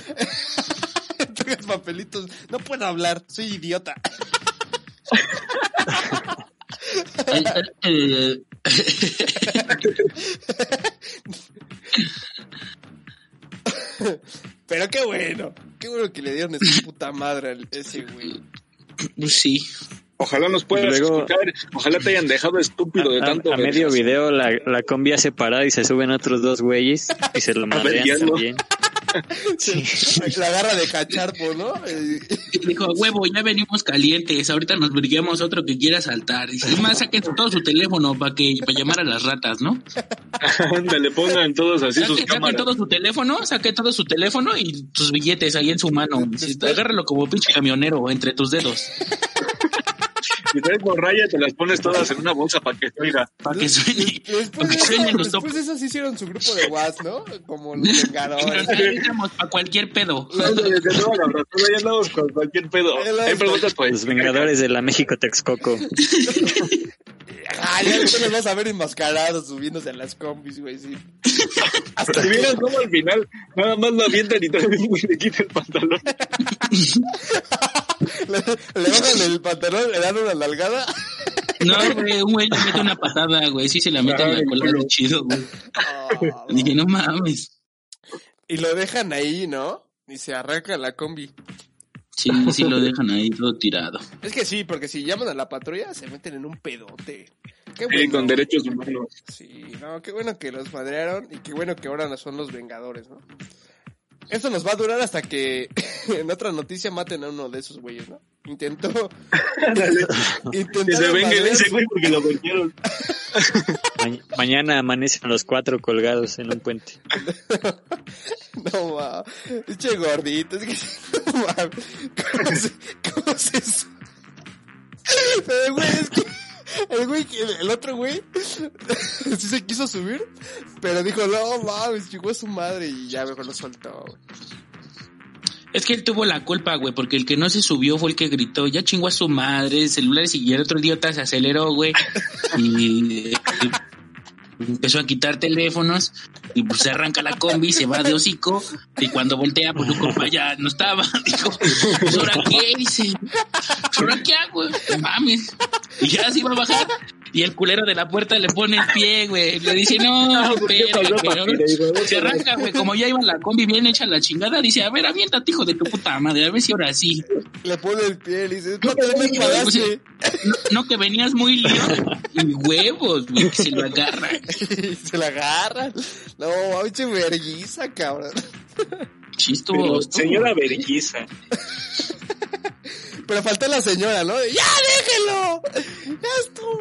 Entregas papelitos. No puedo hablar, soy idiota. Eh, eh, Pero qué bueno. Qué bueno que le dieron esa puta madre al ese güey. pues sí. Ojalá nos puedas Luego- escuchar. Ojalá te hayan dejado estúpido de A, tanto. a- a medio vergazo. video la, la combi hace parada y se suben otros dos güeyes y se lo madrean verguiarlo. también. Sí. La garra de cacharpo, ¿no? Eh, Y Dijo, "A huevo, ya venimos calientes, ahorita nos briguemos otro que quiera saltar. Y más, saquen todo su teléfono para que para llamar a las ratas, ¿no? Ándale, pongan todos así Saquen sus saquen cámaras. todo su teléfono, saquen todo su teléfono y sus billetes ahí en su mano. Dice, Agárralo como pinche camionero entre tus dedos Si traes morralla, te las pones todas en una bolsa para que se oiga. para que suene, Después para de, que suenen eso, después los topos. de eso sí hicieron su grupo de WhatsApp, ¿no? Como los vengadores. para cualquier pedo. Ándale, que toda la abrazada, ya andamos con cualquier pedo. Hay preguntas pues. para Los Vengadores de la México Texcoco. Ah, ya después los vas a ver enmascarados subiéndose a las combis, güey, sí. Hasta Si que, vieras cómo al final, nada más lo avientan y tal vez le quita el pantalón. le, le bajan el pantalón, le dan una nalgada. No, güey, un güey le mete una patada, güey. Sí se la mete en la Ay, cola, culo. es chido, güey. Ah, Dije, no mames. y lo dejan ahí, ¿no? Y se arranca la combi. Sí, sí lo dejan ahí todo tirado. Es que sí, porque si llaman a la patrulla, se meten en un pedote. qué Sí, bueno. con derechos humanos. Sí, no, qué bueno que los madrearon y qué bueno que ahora no son los Vengadores, ¿no? Eso nos va a durar hasta que en otra noticia maten a uno de esos güeyes, ¿no? Intentó. intentó Que se venga madrear- ese güey porque lo golpearon. Ma- mañana amanecen los cuatro colgados en un puente. No, ma. Pinche gordito. Es que. No, ma. ¿Cómo se. Cómo se su- Pero, güey, es que. El güey, que- el otro güey, sí se quiso subir, pero dijo, no mames, llegó a su madre y ya mejor lo soltó. güey. Es que él tuvo la culpa, güey, porque el que no se subió fue el que gritó, ya chingó a su madre, celulares, y el otro idiota se aceleró, güey, y, eh, empezó a quitar teléfonos, y pues se arranca la combi, se va de hocico, y cuando voltea, pues su compa ya no estaba, dijo, pues ahora qué, dice, "Pues, ahora qué hago, No mames, y ya se iba a bajar, y el culero de la puerta le pone el pie, güey, le dice, Ah, no, espera, güey, ahora- se arranca, güey, como ya iba la combi bien hecha la chingada, dice, a ver, aviéntate, hijo de tu puta madre, a ver si ahora sí. Le pone el pie y le dice, no, no me pagaste. No, no, que venías muy lío. Y huevos, güey, que se lo agarra. Y se la agarran. No, pinche verguiza, cabrón. Chisto, Pero, señora Vergüenza. Pero faltó la señora, ¿no? ¡Ya déjelo! ¡Ya estuvo!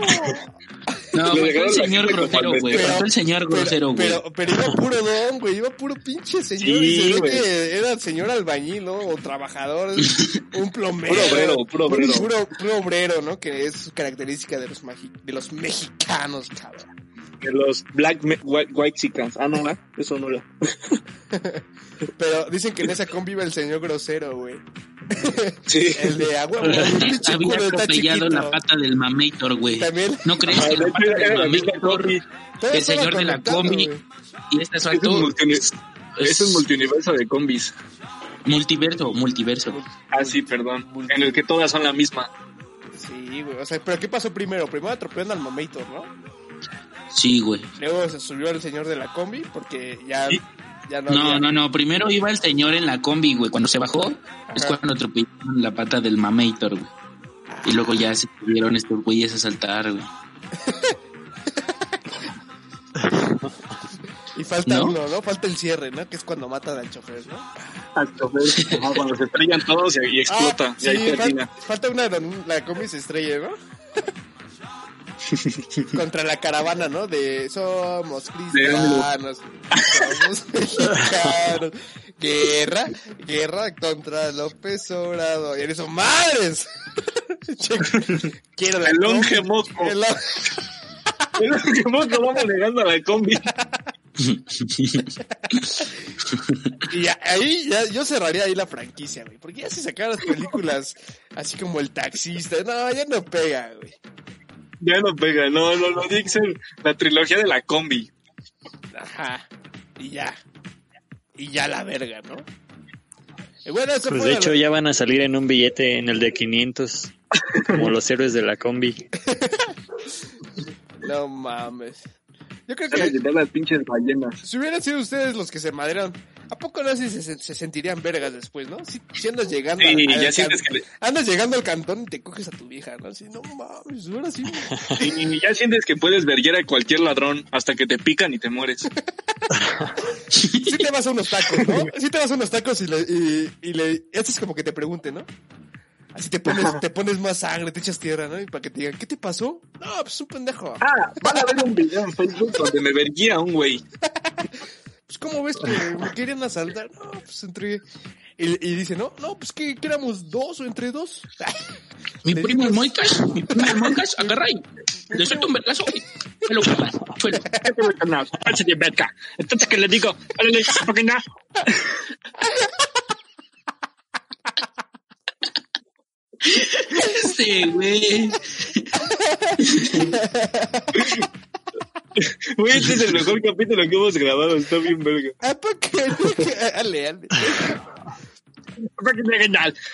No, Le faltó el regaló la señor gente como grosero, al güey. vecino. Faltó el señor grosero, güey. pero, pero iba puro don, güey. Iba puro pinche señor. Sí, y se ve güey. que era señor albañil, ¿no? O trabajador. Un plomero. Puro obrero, puro obrero. Puro, puro obrero, ¿no? Que es característica de los, magi- de los mexicanos, cabrón. De los Black Me- White, White Chicans. Ah, no, ¿verdad? eso no era. Pero dicen que en esa combi iba el señor grosero, güey. Sí. El de agua, güey. un pinche Había culo, está atropellado la chiquito. pata del mamator, güey. También. ¿No crees Ajá, que Ah, de la hecho, pata era del la misma mamator, combi. Todo el estaba señor de la conectado, combi, güey. y este Es un asalto multini- es un es multiuniverso de combis. multiverso, multiverso. Ah, sí, perdón. En el que todas son la misma. Sí, güey. O sea, pero ¿qué pasó primero? Primero atropellando al Mamator, ¿no? Sí, güey. Luego se subió el señor de la combi porque ya, Sí. ya no, No, había- no, no. Primero iba el señor en la combi, güey. Cuando se bajó, es Ajá. cuando atropellaron la pata del mamator, güey. Y luego ya se tuvieron estos güeyes a saltar, güey. Y falta ¿No? uno, ¿no? Falta el cierre, ¿no? Que es cuando matan al chofer, ¿no? Ajá, Cuando se estrellan todos y, y explota. Ah, y ahí sí, fal- termina. falta una donde la combi se estrella, ¿no? Contra la caravana, ¿no? De somos cristianos, somos mexicanos. Guerra, guerra contra López Obrador. Y en eso, madres. Che, Quiero la El longe combi. moco. El longe- Es lo que más nos vamos negando a la combi. Y a- ahí ya, yo cerraría ahí la franquicia, güey. Porque ya se sacaron las películas así como El Taxista. No, ya no pega, güey. Ya no pega. No, no, no, Dixon. La trilogía de la combi. Ajá. Y ya. Y ya la verga, ¿no? Y bueno, eso Pues fue de la- hecho ya van a salir en un billete en el de 500, como los héroes de la combi. No mames. Yo creo Van a que quitar las pinches ballenas. si hubieran sido ustedes los que se madrearon, ¿a poco no así se, se- se sentirían vergas después, no? Si, si andas llegando Sí, al- al eh, ya can- sientes que le- Andas llegando al cantón y te coges a tu vieja, ¿no? Así, no mames, ahora sí. güey. Y ya sientes que puedes verguer a cualquier ladrón hasta que te pican y te mueres. Sí te vas a unos tacos, ¿no? Sí te vas a unos tacos y le, y, y le, esto es como que te pregunten, ¿no? Así te pones, te pones más sangre, te echas tierra, ¿no? Y para que te digan, ¿qué te pasó? No, pues un pendejo. Ah, van a ver un video en Facebook donde me vergué a un güey. Pues, ¿cómo ves que me querían asaltar? No, pues entre... Y, y dice, no, no, pues que, que éramos dos o entre dos. Mi Le primo el dices- Moicas, mi primo el Moicas, agarra y le suelta un vergazo y me lo cagas, suelo. Pásate, verga. Entonces que le digo, órale, pequeña. Este, güey. Güey, este es el mejor capítulo que hemos grabado. Está bien, verga. Ah, ¿para qué? Dale, dale.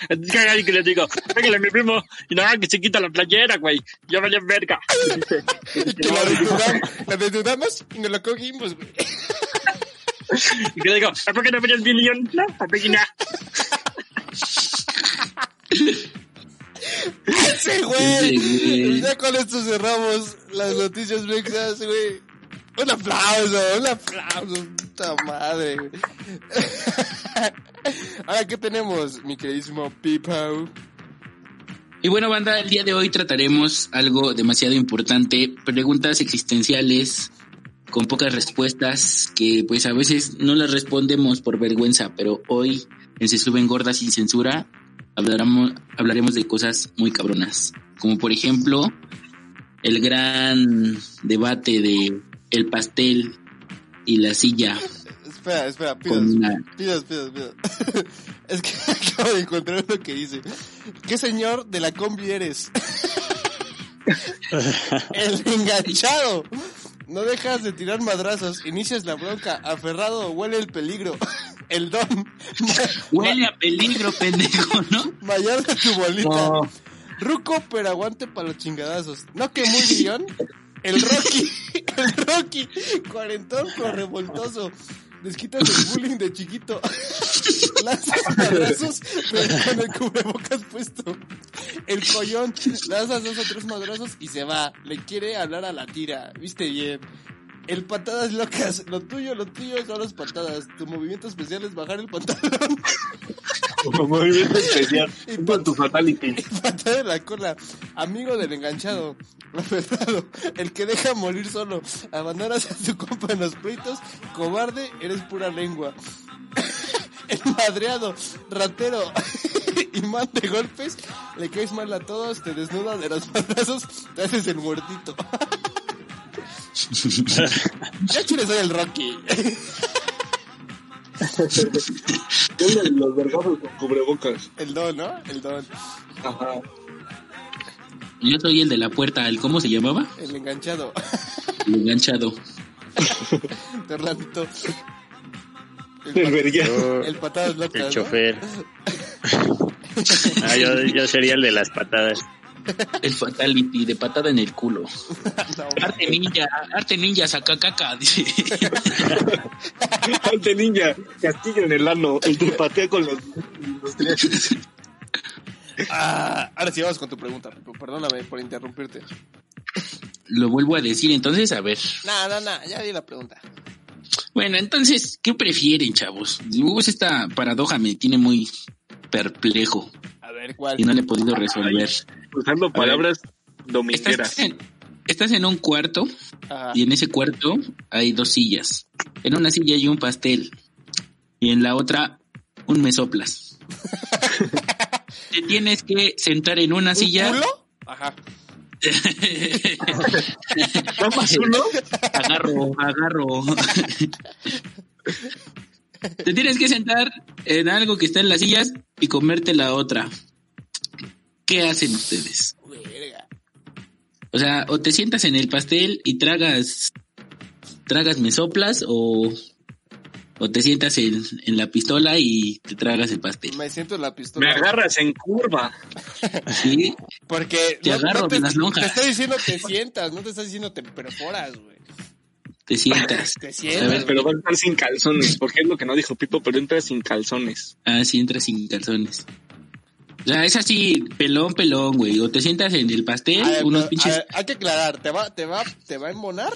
Entonces que le digo, pégale a mi primo. Y nada, que se quita la playera, güey. Yo valía verga. Y que la desnudamos, la desnudamos y nos la cogimos, güey. Y que le digo, ¿a poco no verías mi león? No, pequeña. Ese güey. Ese güey. Ya con esto cerramos las noticias mexas, güey. Un aplauso, un aplauso. Puta madre, güey. Ahora, ¿qué tenemos, mi queridísimo Pipo? Y bueno, banda, el día de hoy trataremos algo demasiado importante, preguntas existenciales con pocas respuestas que pues a veces no las respondemos por vergüenza, pero hoy en Se Suben Gordas sin Censura hablaremos, hablaremos de cosas muy cabronas, como por ejemplo el gran debate de el pastel y la silla Espera, espera, pidas, con una... pidas, pidas, pidas. Es que acabo de encontrar uno que dice, ¿qué señor de la combi eres? El enganchado. No dejas de tirar madrazos, inicias la bronca, aferrado, huele el peligro. El don, Huele a peligro, pendejo, ¿no? mayor de tu bolita. Ruco, pero aguante para los chingadazos. No que muy guión. El Rocky, el Rocky, cuarentón con revoltoso. Desquitas el bullying de chiquito. Lanzas madrazos pero con el cubrebocas puesto. El collón, lanzas dos o tres madrazos y se va. Le quiere hablar a la tira. Viste bien. El patadas locas. Lo tuyo, lo tuyo son las patadas. Tu movimiento especial es bajar el pantalón. Movimiento especial. Con tu fatality. Patada de la cola, amigo del enganchado, aferrado, el que deja morir solo, abandonas a tu compa en los pleitos, cobarde, eres pura lengua. El madreado, ratero, imán de golpes, le caes mal a todos, te desnudas de los madrazos, te haces el muertito. Ya quieres ser el Rocky. Ponle Los vergazos con cubrebocas. El don, ¿no? El don. Ajá. Yo soy el de la puerta, ¿el cómo se llamaba? El enganchado. El enganchado. Te ratito. El verguero. El patadas locas. El ¿no? chofer. Ah, yo, yo sería el de las patadas. El fatality de patada en el culo. No, Arte ninja, arte ninja, saca caca, dice. Alte ninja. Castillo en el ano. El que patea con los. los tres. Ah, ahora sí vamos con tu pregunta, Rico. Perdóname por interrumpirte. Lo vuelvo a decir, entonces, a ver. No, no, no, ya di la pregunta. Bueno, entonces, ¿qué prefieren, chavos? Hugo, esta paradoja me tiene muy perplejo A ver, ¿cuál? y no le he podido resolver. Usando palabras domingueras. Estás en, estás en un cuarto Ajá. y en ese cuarto hay dos sillas. En una silla hay un pastel y en la otra un mesoplas. Te tienes que sentar en una silla. ¿Un culo? Ajá. ¿Tomas uno? agarro, agarro. Te tienes que sentar en algo que está en las sillas y comerte la otra. ¿Qué hacen ustedes? Verga. O sea, o te sientas en el pastel y tragas, tragas me soplas o, o te sientas en, en la pistola y te tragas el pastel. Me siento en la Me pistola. agarras en curva. Sí, Porque Te agarro te, de las lonjas. te está diciendo te sientas, no te está diciendo te perforas, güey. te sientas. Te A sientas. ver, Pero vas a estar sin calzones. Porque es lo que no dijo Pipo, pero entras sin calzones. Así Ah, entras sin calzones. O sea, es así, pelón, pelón, güey. O te sientas en el pastel, A ver, unos pero, pinches a ver, hay que aclarar, ¿te va, te va, te va a embonar?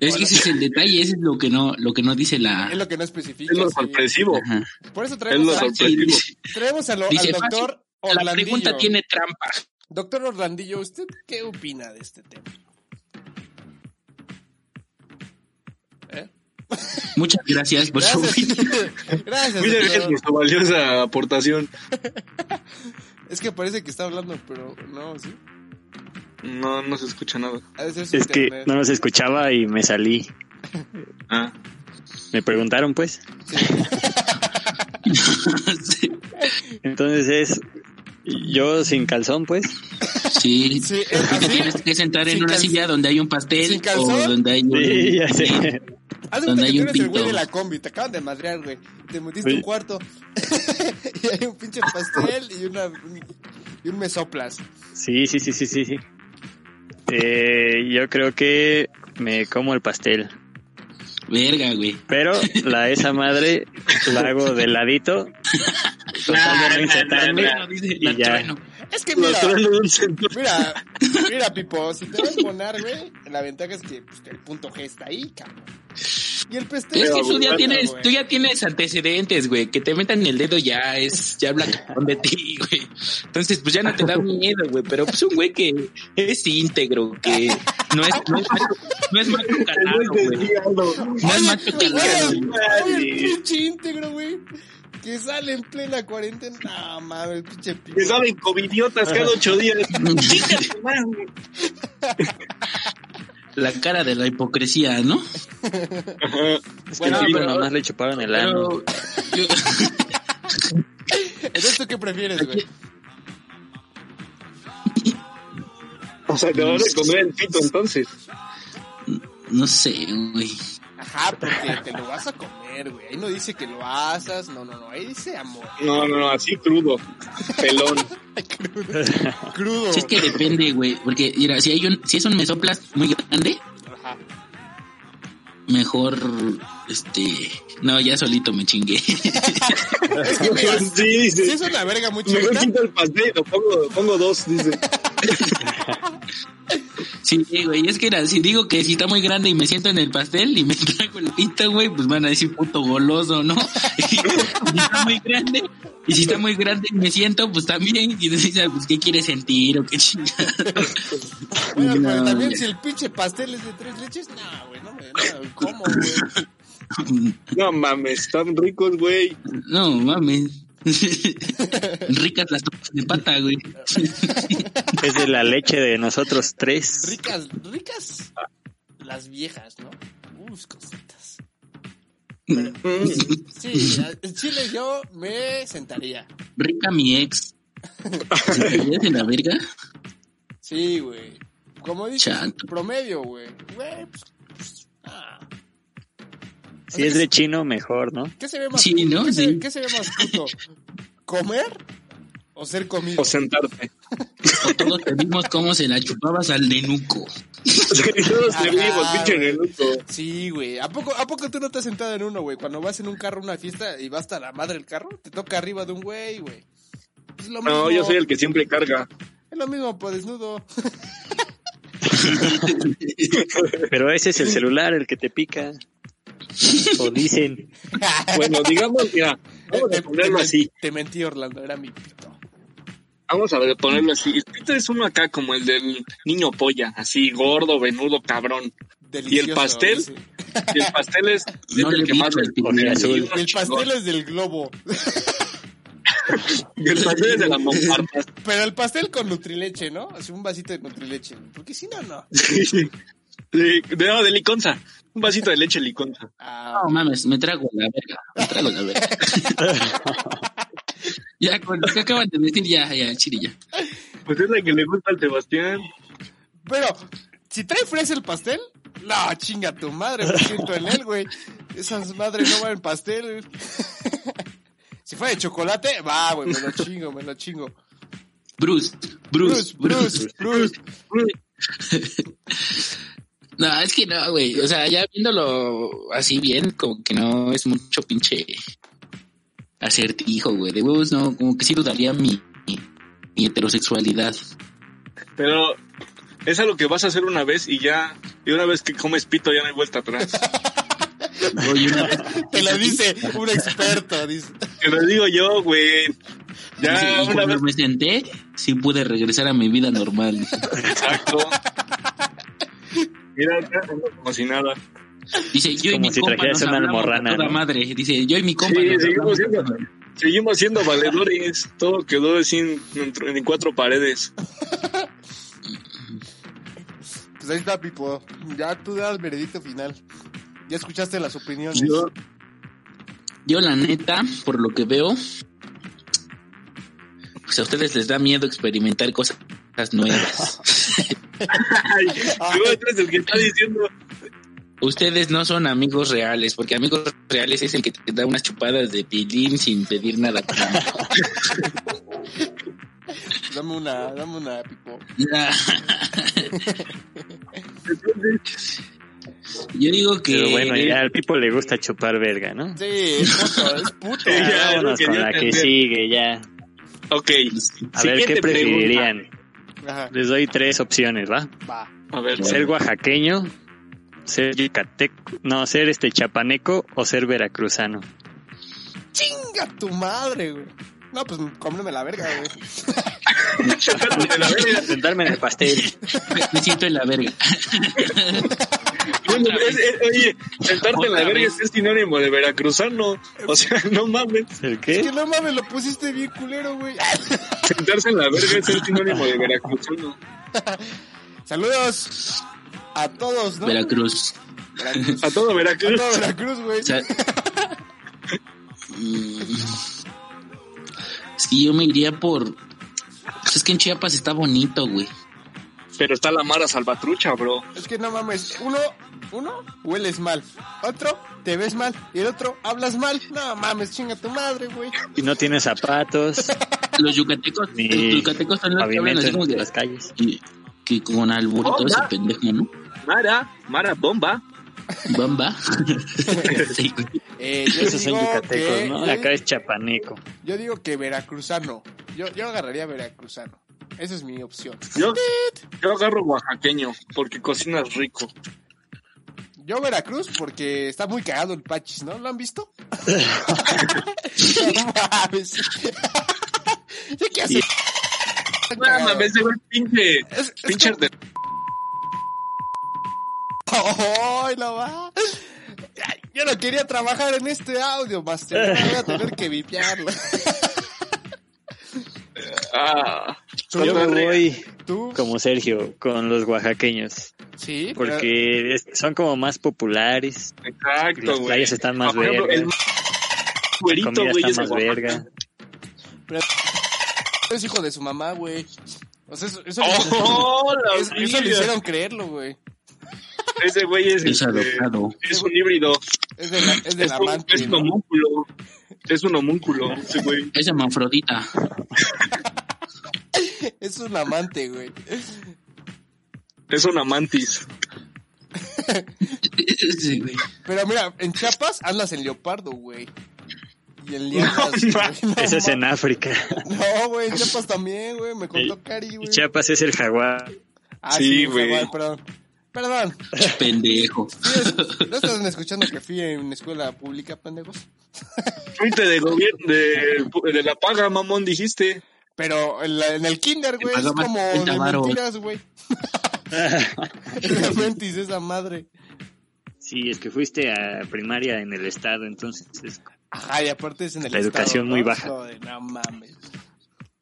Es que ese es el detalle, ese es lo que no, lo que no dice la. Es lo que no especifica. Es lo sí. sorpresivo. Ajá. Ah, Por eso Es lo traemos, a- sorpresivo. traemos a lo- Dice, al doctor La Orlandillo. pregunta tiene trampa. Doctor Orlandillo, ¿usted qué opina de este tema? Muchas gracias por Pues su Gracias. opinión. Gracias. Muy doctor. bien, nuestra valiosa aportación. Es que parece que está hablando, pero no, sí. No, no se escucha nada. Ha de ser su Es que internet. no los escuchaba y me salí. Ah. Me preguntaron, pues. Sí. Entonces es yo sin calzón, pues. Sí. Sí, es Porque te así. tienes que sentar en Sin una cal- silla donde hay un pastel ¿Sin calzón? o donde hay un. Sí, ya sé. Haz de cuenta donde que tú hay un eres el güey pinto. de la combi, te acaban de madrear, güey. Te metiste Sí. un cuarto. y hay un pinche pastel y una y un mesoplas. Sí, sí, sí, sí, sí, sí. Eh, yo creo que me como el pastel. Verga, güey. Pero la esa madre la hago de ladito, tratando de no insertarme. Dice Ah, la y ya. trueno. Es que Lo mira, traen en un centro. mira, mira, Pipo, si te vas a embonar, güey, la ventaja es que, pues, que el punto G está ahí, cabrón. Y el pesteo. Es que Pero, tú ya, bueno, tienes, güey. tú ya tienes antecedentes, güey. Que te metan el dedo ya es, ya habla cabrón de ti, güey. Entonces, pues ya no te da miedo, güey. Pero pues un güey que es íntegro, que no es, no es, no es macho calado, güey. No es macho calado. Oye, güey. oye, el pinche íntegro, güey. Que sale en plena cuarentena. No, mames, el pinche Pipo. Que salen covidiotas cada ocho días. La cara de la hipocresía, ¿no? Es que Bueno, el tipo pero- nomás le chuparon el ano. Pero yo- Entonces, ¿tú qué prefieres, güey? O sea, te van a comer el pito entonces. no sé, güey. Ajá, porque te lo vas a comer, güey. Ahí no dice que lo asas, no, no, no. Ahí dice amor. No, no, no, así crudo. Pelón. Crudo. Si es que depende, güey. Porque, mira, si, hay un, si es un mesoplas muy grande, Ajá. mejor, este... No, ya solito me chingué. sí, Si dice. es una verga muy Mejor chiquita, quito el pastel, lo pongo, pongo dos, dice. Sí, güey, es que era, si digo que si está muy grande y me siento en el pastel y me trago el pito, güey, pues van a decir puto goloso, ¿no? Y si está muy grande, y si está muy grande y me siento, pues también, y dices, pues, ¿qué quieres sentir o qué chingados? bueno, pero No, también ya. si el pinche pastel es de tres leches, no, güey, no me no, ¿Cómo, güey? No mames, están ricos, güey. No, mames. Ricas las tortas de pata, güey. Es de la leche de nosotros tres. Ricas, ricas las viejas, ¿no? Uy, cositas. Mm. Sí, a- en Chile yo me sentaría. Rica mi ex. ¿Te ríes de la verga? Sí, güey. Como dices, Chato. promedio, güey. Güey, pues, pues, ah. Si es de chino, mejor, ¿no? ¿Qué se ve más Sí, puto? ¿no? ¿Qué, se, Sí. qué se ve más puto? ¿Comer o ser comido? O sentarte. O todos te vimos cómo se la chupabas al denuco. Todos Ajá, servimos, pinche güey. nenuco. Sí, güey. ¿A poco, ¿A poco tú no te has sentado en uno, güey? Cuando vas en un carro a una fiesta y vas hasta la madre del carro, te toca arriba de un güey, güey. Es lo mismo. No, yo soy el que siempre carga. Es lo mismo, pues desnudo. Pero ese es el celular, el que te pica. O dicen, Bueno, digamos, mira, vamos Te- a te- ponerlo te- así. Te mentí, Orlando, era mi pito. Vamos a ver, ponerlo así. El pito es uno acá como el del niño polla, así gordo, venudo, cabrón. Delicioso, pastel? dice. Y el pastel es, es No el le que más bicho me el pito. pone así, uno Azul. Y el pastel chingón. es del globo. Y El pastel es de la momparta. Pero el pastel con nutrileche, ¿no? Así un vasito de nutrileche. Porque si no, no. Sí. De, de, no, de liconza. Un vasito de leche liconza. Ah, No mames, me trago la verga, me trago la verga. ya, con lo que acaban de decir, ya, ya, chirilla. Pues es la que le gusta al Sebastián. Pero, si trae fresa el pastel, no, chinga tu madre, me siento en él, güey. Esas madres no van en pastel, güey. Si fuera de chocolate, va, güey, me lo chingo, me lo chingo. Bruce, Bruce, Bruce. Bruce, Bruce. No, es que no, güey. O sea, ya viéndolo así bien, como que no es mucho pinche acertijo, güey. De huevos, no, como que sí dudaría mi, mi, mi heterosexualidad. Pero es algo que vas a hacer una vez y ya. Y una vez que comes pito ya no hay vuelta atrás. Oye, una- Te lo dice un experto, dice. Te lo digo yo, güey. dice, y Ya una cuando vez. me senté, sí pude regresar a mi vida normal. Exacto. Mira, ya, como si nada. Dice, yo y como mi si compa trajeras nos una hablamos almorrana, a toda ¿no? madre. Dice, yo y mi compa Sí, nos seguimos hablamos a siendo, toda madre. seguimos siendo valedores. Todo quedó sin, en cuatro paredes. Pues ahí está, Pipo. Ya tú das el veredicto final. Ya escuchaste las opiniones. Yo, Yo la neta, por lo que veo, pues a ustedes les da miedo experimentar cosas nuevas. ay, Ah. Ah, luego tú eres el que está diciendo. ustedes no son amigos reales, porque amigos reales es el que te da unas chupadas de pilín sin pedir nada. a cambio. Dame una, dame una, Pipo. Nah. Yo digo que eh, pero bueno, ya al Pipo le gusta chupar verga, ¿no? Sí, es puto, es puto. Ya, Vámonos lo quería con la que entender. sigue, ya. Ok. A ver, Siguiente pregunta. ¿qué preferirían? Ajá, Les doy tres opciones, ¿va? va. A ver, Ser oaxaqueño, ser yucateco, no, ser este chapaneco o ser veracruzano. ¡Chinga tu madre, güey! No, pues cómeme la verga, ¿Eh? güey. Sentarme en el pastel. Me siento en la verga. Bueno, es- es- oye, sentarte en la Otra verga vez. es sinónimo de veracruzano. O sea, no mames. ¿El Es qué? que no mames, lo pusiste bien culero, güey. Ah, Sentarse en la verga es el sinónimo de veracruzano. Saludos a todos, ¿no? Veracruz. Veracruz. A todo A Veracruz. todo Veracruz, güey. O sea, mm, es que yo me iría por. pues es que en Chiapas está bonito, güey. Pero está la Mara Salvatrucha, bro. Es que no mames, uno, uno, hueles mal. Otro, te ves mal. Y el otro, hablas mal. No mames, chinga tu madre, güey. Y no tiene zapatos, Los yucatecos, ni los yucatecos son los que hablan pavimento así como en que, las calles. que, que con alboroto ese Hola. pendejo, ¿no? Mara, Mara Bomba. Bamba. Sí, güey. Eh, yo Esos son digo yucatecos, que- ¿no? Ah, yo Acá es chapaneco. Yo digo que veracruzano. Yo, yo agarraría veracruzano. Esa es mi opción. Yo, yo agarro oaxaqueño porque cocinas rico. Yo Veracruz porque está muy cagado el Pachis, ¿no? ¿Lo han visto? No mames. ¿Ya qué hace? Está No cagado. mames, ese güey pinche. Es- es pinche como- de- ¡Ay, no va! Ay, Yo no quería trabajar en este audio, Master. Ahora Voy a tener que vipearlo. Ah, Yo me voy ¿Tú? como Sergio, con los oaxaqueños. Sí, pero- porque es- son como más populares, exacto, las güey. playas están más Ah, por ejemplo, verdes, el la güerito, comida güey, está es de más Oaxaca. verga. es hijo de su mamá, güey. O sea, eso, eso, ¡Oh, la eso- eso le vida! hicieron creerlo, güey. Ese güey es, Es este, adoptado. es un híbrido. Es, de la, es del Es un, amante. es un ¿no? homúnculo. Es un homúnculo, ese güey. Es hermafrodita. Es un amante, güey. Es un amantis. Sí, güey. Pero mira, en Chiapas andas en leopardo, güey. Y en lianas, No, güey. No, Eso es en África. No, güey, en Chiapas también, güey. Me contó Y- Cari, Y güey. Chiapas es el jaguar. Ah, Sí, sí, güey. güey. Perdón. Perdón. Pendejo. ¿No están escuchando que fui en escuela pública, pendejos? Fuiste de gobierno, de, de la paga, mamón, dijiste. Pero en, la- en el kinder, güey, es pagaban como 30 de varos. mentiras, güey. Es de mentis esa madre. Sí, es que fuiste a primaria en el estado, entonces es- Ajá, y aparte es en el La estado, educación ¿no? muy baja. No, de- no mames.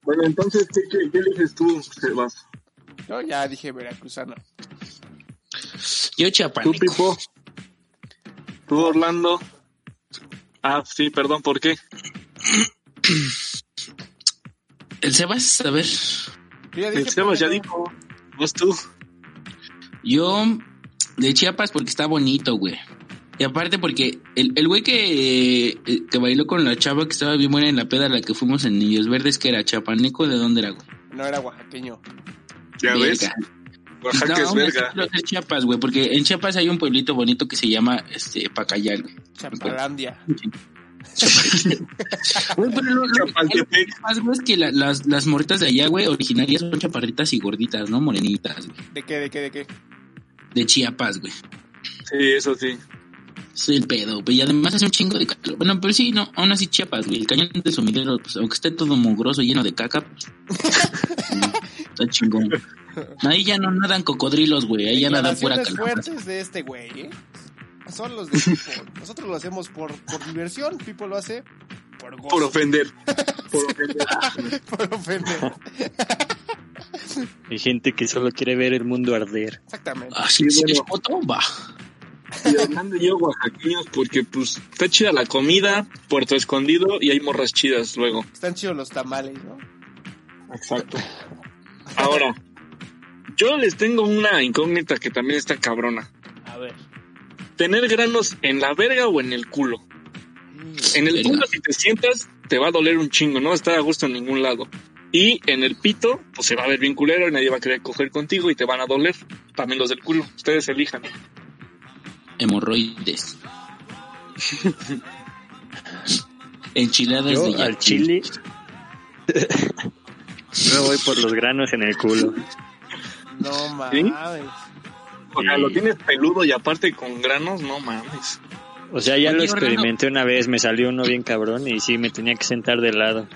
Bueno, entonces, ¿qué, qué, qué eliges tú, Sebas? Yo ya dije veracruzano. Yo Tú, chiapaneco. Pipo. Tú, Orlando. Ah, sí, perdón, ¿por qué? El Sebas, a ver. Yo ya El dije Sebas ya primero. dijo. Vos tú. Yo de Chiapas porque está bonito, güey. Y aparte porque el, el güey que, eh, que bailó con la chava que estaba bien buena en la peda a la que fuimos en Niños Verdes, que era chapaneco, ¿de dónde era, güey? No era oaxaqueño. Ya ves, Verga. Oaxaca No, es hombre, verga. quiero ser Chiapas, güey, porque en Chiapas hay un pueblito bonito que se llama este Pacayal, güey. Chapalandia. Güey, pero lo- lo- Chapaltepec. lo más, güey, es que la- las, las morritas de allá, güey, originarias son chaparritas y gorditas, ¿no? Morenitas, güey. ¿De qué, de qué, de qué? De Chiapas, güey. Sí, eso sí. Es el pedo, güey. Y además hace un chingo de calor. Bueno, pero sí, no, aún así Chiapas, güey. El cañón de sumidero, pues, aunque esté todo mugroso y lleno de caca, pues, está chingón. Ahí ya no nadan cocodrilos, güey. Ahí ya nadan pura Declaraciones caca. fuertes de este güey, ¿eh? Son los de Pipo. Nosotros lo hacemos por, por diversión, Pipo lo hace por gozo, Por ofender. Por ofender. por ofender. hay gente que solo quiere ver el mundo arder. Exactamente. Ah, sí, Sí, sí, bueno. es foto, va. Y Orlando y yo, oaxaqueños, porque pues está chida la comida, Puerto Escondido y hay morras chidas luego. Están chidos los tamales, ¿no? Exacto. Ahora, yo les tengo una incógnita que también está cabrona. A ver. ¿Tener granos en la verga o en el culo? En el Verga. culo, si te sientas, te va a doler un chingo, no va a estar a gusto en ningún lado. Y en el pito, pues se va a ver bien culero y nadie va a querer coger contigo y te van a doler. También los del culo, ustedes elijan. Hemorroides. Enchiladas de Yo yaquil. al chile, Yo voy por los granos en el culo. No ¿Sí? mames. O sea, Sí. lo tienes peludo y aparte con granos, no mames. O sea, ya Oye, lo Orlando. experimenté una vez, me salió uno bien cabrón y sí, me tenía que sentar de lado.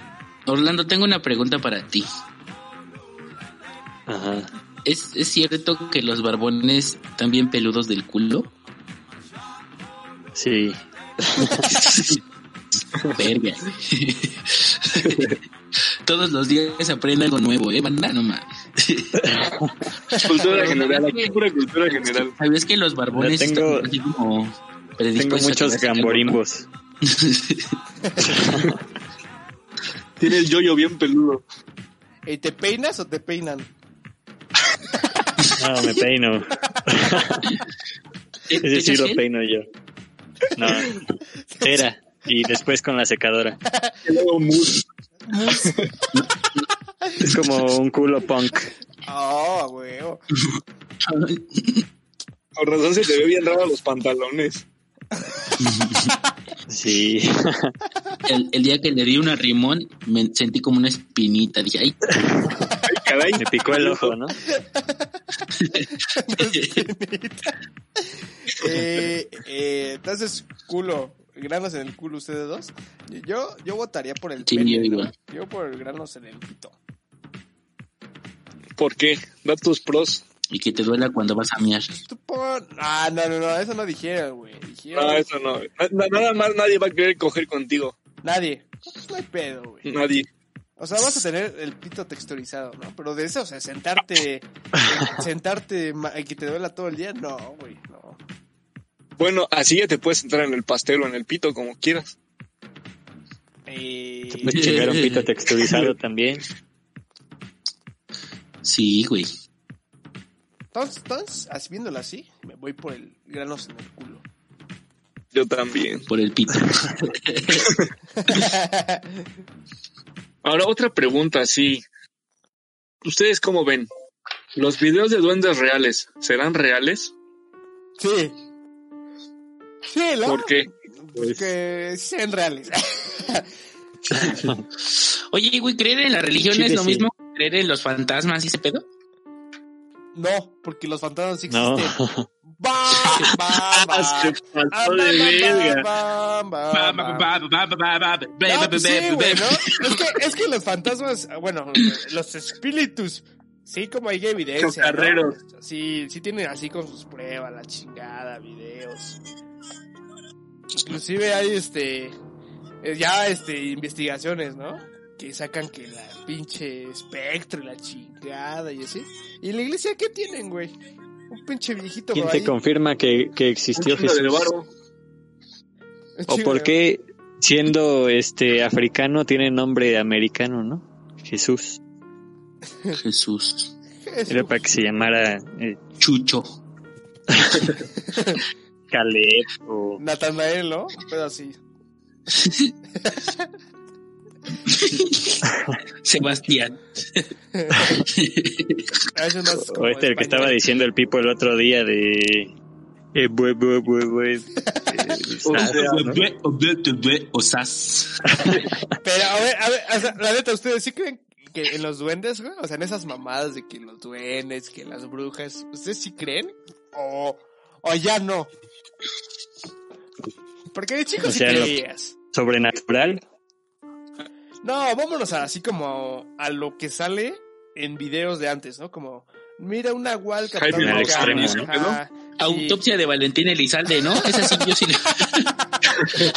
Orlando, tengo una pregunta para ti. Ajá. ¿Es, es cierto que los barbones también peludos del culo? Sí. Verga. Todos los días aprende algo nuevo, ¿eh, banda? No mames. Cultura general, aquí pura cultura general. ¿Sabías que los barbones Yo tengo- están así como Tengo predispuestos a muchos hacer algo, gamborimbos. Tiene el yoyo bien peludo. ¿Y te peinas o te peinan? No, me peino. no? ¿Te- te Ese sí echas lo gel? peino yo. No. Era. Y después con la secadora. Y luego mousse. Es como un culo punk. Ah, huevo. Por razón se te ve bien raro los pantalones. Sí. El, el día que le di una rimón, me sentí como una espinita. Dije, ay, Ay, caray. Me picó el ojo, ¿no? Eh, eh, entonces, culo, granos en el culo, ustedes dos. Yo, yo votaría por el Sí, pene, yo ¿no? igual. Yo por el granos en el pito. ¿Por qué? Da tus pros. y que te duela cuando vas a miar. Tú pon- Ah, no, no, no, eso no dijeron, güey. Dijeron. Ah, No, Ah, eso no. Na- nada más nadie va a querer coger contigo. Nadie. Pues No hay pedo, güey. Nadie. O sea, vas a tener el pito texturizado, ¿no? Pero de eso, o sea, sentarte. sentarte ma- y que te duela todo el día, no, güey, no. Bueno, así ya te puedes entrar en el pastel o en el pito, como quieras. Eh, Me chingaron pito texturizado también. Sí, güey. entonces, entonces, así viéndolo así, me voy por el granos en el culo. Yo también. Por el pito. Ahora, otra pregunta, sí. ¿Ustedes cómo ven? ¿Los videos de duendes reales serán reales? Sí. Sí, ¿no? Pues ¿Por qué? Porque sean reales. Oye, güey, ¿creer en la religión Chile, es lo sí. mismo que creer en los fantasmas y ese pedo? No, porque los fantasmas sí No. existen. Este, ¡Bam, bam, bam! Ah, de verga. bam, bam, Ba, bam, bam, ba, bam. ba, ba, ba, ba, ba, ba, Ah, No, ba, pues ba, sí, ba, güey, ba. ¿no? Es que, es que los fantasmas, bueno, los espíritus, sí, como hay evidencia. ¿no? Chocarreros. Sí, sí tienen así con sus pruebas, la chingada, videos. Inclusive hay este, eh, ya este, investigaciones, ¿no? Que sacan que la pinche espectro y la chingada y así. ¿Y la iglesia qué tienen, güey? Un pinche viejito, ¿Quién por te ahí. confirma que, que Un existió chingo de Jesús? varo. ¿O por qué siendo este africano tiene nombre de americano, no? Jesús. Jesús. Jesús. Era para que se llamara eh, Chucho. Caleb o... Natanael, ¿no? Un pedo así. Sebastián. Eso no es O como este, el español. que estaba diciendo el Pipo el otro día de... eh, bue, bue, bue, bue, eh, sas, ¿no? Obé, obé, obé, Osas. Pero, a ver, a ver, o sea, la neta, ¿ustedes sí creen que en los duendes, güey? O sea, en esas mamadas de que los duendes, que las brujas, ¿ustedes sí creen? ¿O, o ya no? Porque de chicos O sea, sí lo- creías. Sobrenatural. No, vámonos a- así como a lo que sale en videos de antes, ¿no? Como, mira una gual Jaime al extremo, cabras, ¿no? ajá, y- Autopsia de Valentín Elizalde, ¿no? Esa sí, yo sí la-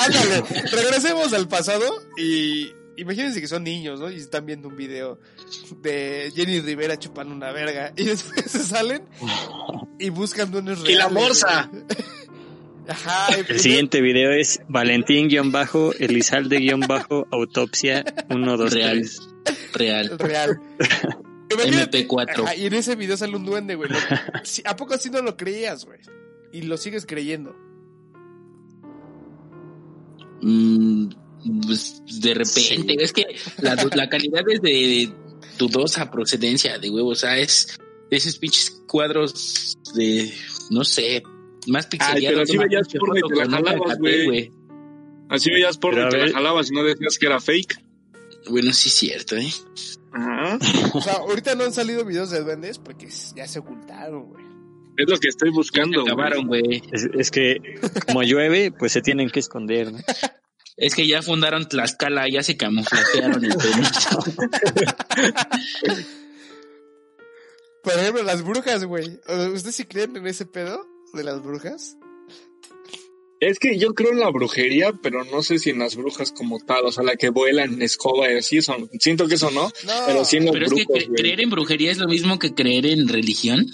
Ándale, regresemos al pasado y imagínense que son niños, ¿no? Y están viendo un video de Jenny Rivera chupando una verga y después se salen y buscan duendes Y reales. la morsa. güey. Ajá. y- El siguiente video es Valentín-Elizalde-Autopsia 123. real. Real. Imagínate, MP4. ajá, y en ese video sale un duende, güey. Lo- sí, ¿A poco así no lo creías, güey? Y lo sigues creyendo. Mm, pues, de repente, es que la, la calidad es de dudosa procedencia de huevo, o sea, es de esos pinches cuadros de, no sé, más pixelados. pero así una veías pinche porno y foto te la con un jalabas, alcatel, güey. Así veías por Pero y a te la ver. jalabas y no decías que era fake. Bueno, sí es cierto, ¿eh? Ajá. O sea, ahorita no han salido videos de duendes porque s- ya se ocultaron, güey. Es lo que estoy buscando. güey. Acabaron, güey. Es, es que como llueve, pues se tienen que esconder, ¿no? Es que ya fundaron Tlaxcala, ya se camuflajearon el penito. Por ejemplo, las brujas, güey. O sea, ¿Ustedes sí creen en ese pedo de las brujas? Es que yo creo en la brujería, pero no sé si en las brujas como tal, o sea, la que vuelan escoba y así, son, siento que eso no, No. pero sí en los Pero es que brujos, cre- güey. creer en brujería es lo mismo que creer en religión.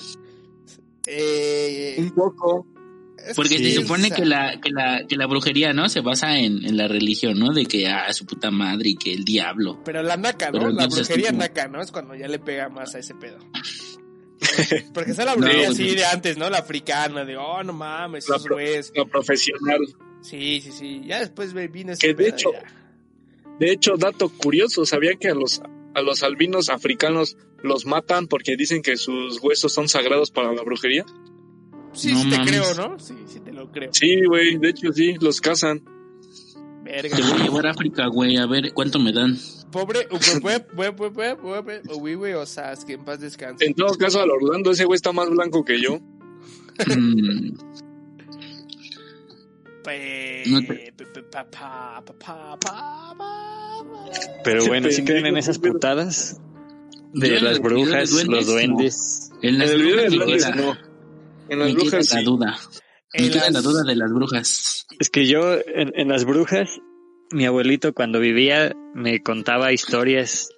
Eh, Un poco. es que Mm, Porque sí, se supone o que sea, la, que la, que la brujería, ¿no? Se basa en, en la religión, ¿no? De que a su puta madre y que el diablo. Pero la naca, ¿no? Pero la entonces brujería tú- naca, ¿no? Es cuando ya le pega más a ese pedo. Porque esa es la brujería No, pues, así güey. de antes, ¿no? La africana, de, oh, no mames, La esos pro- güeyes. La profesional. Sí, sí, sí. Ya después güey, vino ese Que de pedo, hecho- ya. De hecho, dato curioso, ¿sabían que a los, a los albinos africanos los matan porque dicen que sus huesos son sagrados para la brujería? Sí, No sí te mames. creo, ¿no? Sí, sí te lo creo. Sí, güey, de hecho sí, los cazan. Verga. Te voy a llevar a África, güey, a ver cuánto me dan. Pobre Uwe, Uwe, Uwe, Uwe, Uwe, o sea, que en paz descanse. En todo caso, al Orlando ese güey está más blanco que yo. Mm, Pe- No pe- pe- pa- pa- pa- pa- pa- pa- Pero Qué bueno, si creen en pendejo, esas pero- putadas Yo de en las los videos de brujas, los duendes. En En las el video de brujas me Orlando queda, no. En las me queda brujas la sí. duda. Me En queda la las- duda de las brujas. Es que yo en, en las brujas, mi abuelito cuando vivía me contaba historias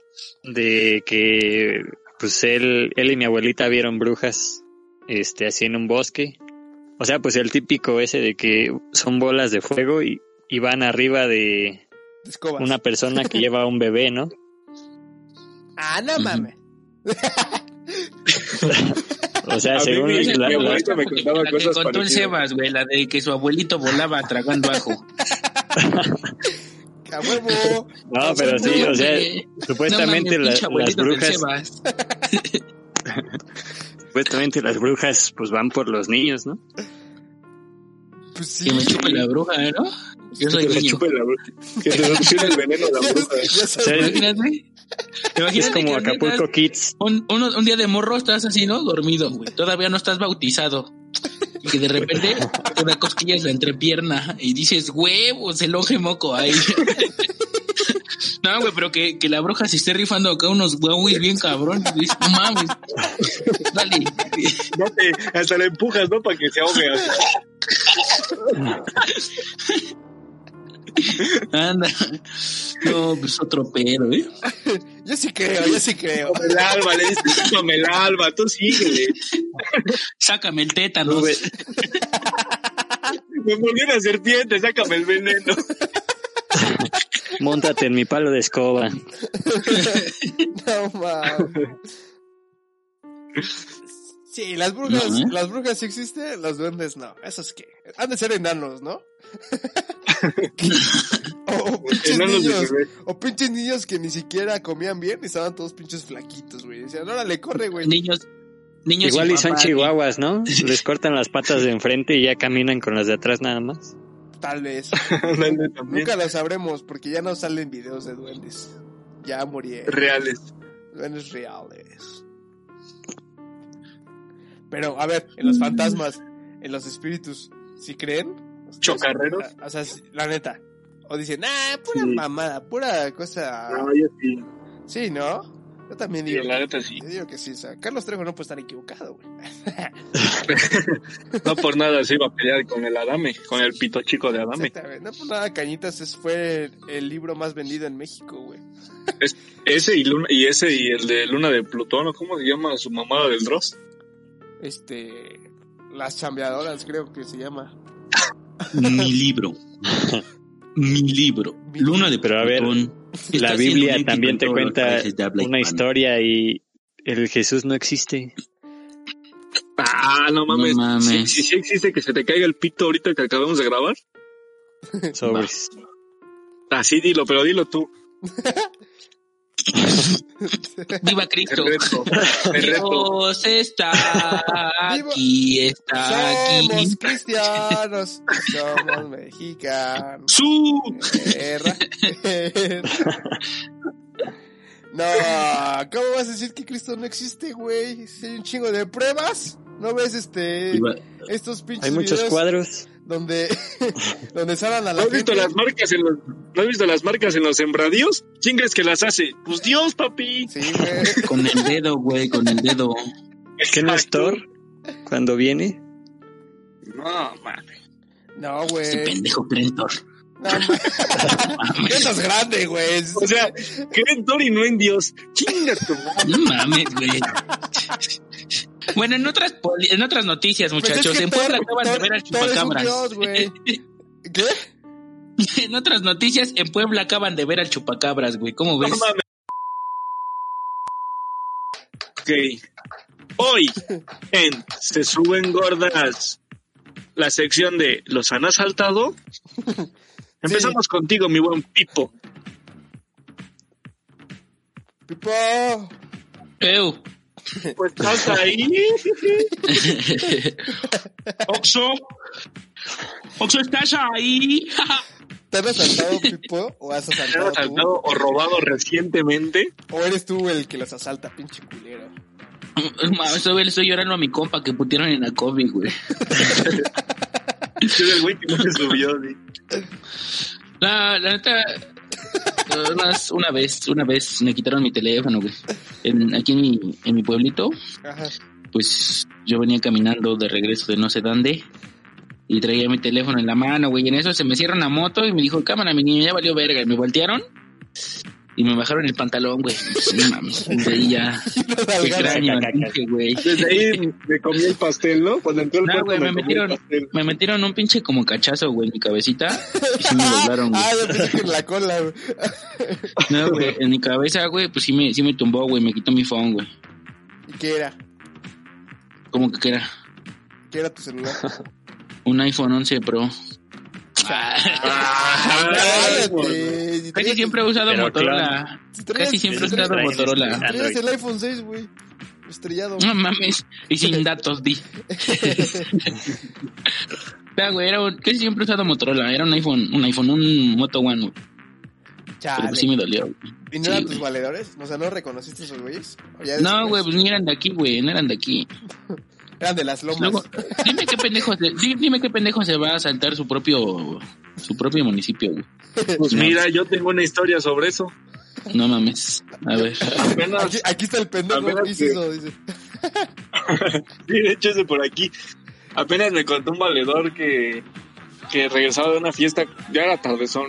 de que pues él, él y mi abuelita vieron brujas este así en un bosque. O sea, pues el típico ese de que son bolas de fuego y, y van arriba de Escobas. una persona que lleva un bebé, ¿no? Ah, no Ujú. mames. O sea, A mí según me- los- mi la- la- abuelita me contaba la que cosas contó el parecidas. Sebas, güey, la de que su abuelito volaba tragando ajo. A huevo. no, pero sí, o sea, supuestamente no la- mames, pinche las abuelito del brujas Sebas. supuestamente las brujas pues van por los niños, ¿no? Pues sí. Que me chupe la bruja, ¿eh, ¿no? Yo soy que te niño. chupe la bruja. Que te succione el veneno de la bruja. Ya O sabes, sea, es, Imagínate. Imagínate es como que neta, Acapulco Kids. Un, uno- un día de morro estás así, ¿no? Dormido, güey. Todavía no estás bautizado. Y que de repente una cosquilla en la entrepierna y dices, huevos, el oje moco ahí. No, güey, pero que, que la bruja se esté rifando acá unos huevos bien cabrón. Y dices, no mames. Dale. No te- hasta le empujas, ¿no? Para que se ahogue. Anda. No, pues otro pero, ¿eh? Yo sí creo, yo sí creo. Come el alba, le dices, come el alba, tú síguele. Sácame el tétano. Tuve- Me volvió una serpiente, sácame el veneno. Móntate en mi palo de escoba. No mames. Sí, las brujas, No, ¿eh? las brujas sí existen, los duendes no. Eso es que. Han de ser enanos, ¿no? o, o pinches Enanos de niños. bebé. O pinches niños que ni siquiera comían bien y estaban todos pinches flaquitos, güey. Decían, órale, corre, güey. Niños. Niños Igual sin y son papá, chihuahuas, ¿no? Les cortan las patas de enfrente y ya caminan con las de atrás nada más. Tal vez. Ándale, también. Nunca lo sabremos porque ya no salen videos de duendes. Ya murieron. Reales. Duendes reales. Pero, a ver, en los fantasmas, en los espíritus, si creen? Chocarreros. O sea, si- la neta. O dicen, ah, pura Sí. mamada, pura cosa. No, yo sí. Sí, ¿no? Yo también Sí, digo. la neta sí. Yo digo que sí, o sea, Carlos Trejo no puede estar equivocado, güey. No por nada se iba a pelear con el Adame, con el pito chico de Adame. Exactamente. No por nada, Cañitas es- fue el, el libro más vendido en México, güey. Ese y, Luna- y ese y el de Luna de Plutón, ¿o ¿cómo se llama su mamada del Dross? Este. Las chambeadoras, creo que se llama. Mi libro. Mi libro. Mi Luna de Pero a ver, Plutón. La Está Biblia siendo un éxito también en te todos los cuenta países de habla una hispana. historia y el Jesús no existe. Ah, no mames. No mames. Sí, sí, sí existe que se te caiga el pito ahorita que acabamos de grabar. Sobres. Así dilo, pero dilo tú. Viva Te Cristo. reto. Te reto. Dios está Viva- aquí, Ah, está Somos aquí. cristianos, somos mexicanos. ¡Su! Guerra. No, ¿cómo vas a decir que Cristo no existe, güey? Si hay un chingo de pruebas. ¿No ves este Iba- estos pinches Hay muchos videos cuadros. donde donde salen a ¿No la has visto gente? las marcas en los, ¿no has visto las marcas en los sembradíos? Chingas que las hace. Pues Dios, papi. Sí, güey. Con el dedo, güey, con el dedo. ¿Qué no es Exacto. Thor cuando viene? No, mames. No, Este güey. pendejo Crentor. No, ma- Ya estás grande, güey. O sea, creen Thor y no en Dios. Chingas tu madre. No mames, güey. Bueno, en otras, poli- en otras noticias, Pues es muchachos, que en Puebla Thor- acaban de Thor- ver al Thor es un chupacabras. dios, güey. ¿Qué? en otras noticias, en Puebla acaban de ver al chupacabras, güey. ¿Cómo No ves? mames. Ok. Hoy en Se Suben Gordas, la sección de ¿Los han asaltado? Empezamos contigo, mi buen Pipo. Pipo. Ew. Pues estás ahí. Oxo. Oxo, estás ahí. ¿Te has asaltado, Pipo? ¿O has ¿Te asaltado, han asaltado o robado recientemente? tú? ¿O eres tú el que los asalta, pinche culero? Mames, estoy estoy llorando a mi compa que putieron en la COVID, güey. Soy el güey que no se subió. sí. La, la neta, más una vez, una vez me quitaron mi teléfono, güey. En- aquí en mi, en mi pueblito, Ajá. pues yo venía caminando de regreso de no sé dónde y traía mi teléfono en la mano, güey. Y en eso se me cierra una moto y me dijo, cámara, mi niño, ya valió verga. Y me voltearon y me bajaron el pantalón, güey. Pues, no mames, desde ahí ya. Qué extraño, dije, güey. Desde ahí me comí el pastel, ¿no? Cuando entró el No, cuarto güey, me comí el metieron, pastel. me metieron un pinche como cachazo, güey, en mi cabecita. Y sí me doblaron, güey. Ah, yo pensé que en la cola, güey. No, güey, en mi cabeza, güey, pues sí me, sí me tumbó, güey, me quitó mi phone, güey. ¿Y qué era? ¿Cómo que era? ¿Qué era tu celular? Ah, Un iPhone 11 Pro. Ajá. Cállate, Ah, si Casi traías- siempre he usado Pero Motorola. si traías- Casi siempre he si usado traías- Motorola. si traías el iPhone 6, güey. Estrellado. No mames. Y sin datos, di. Ya, güey, era un- casi siempre he usado Motorola. Era un iPhone, un iPhone, un Moto One, güey. Pero Chale. pues sí me dolió. güey. ¿Y no Sí, eran güey. tus valedores? O sea, ¿no reconociste esos güeyes? ¿O ya No, después? güey, pues ni eran de aquí, güey, no eran de aquí. Eran de las lomas. Luego, dime qué pendejo, se- di- dime qué pendejo se va a saltar su propio, su propio municipio, güey. Pues mira, yo tengo una historia sobre eso. No mames. A ver. Apenas, Aquí, aquí está el pendejo Apenas que hizo que- eso, dice. sí, de hecho, es de por aquí. Apenas me contó un valedor que, que regresaba de una fiesta, ya era tardezón.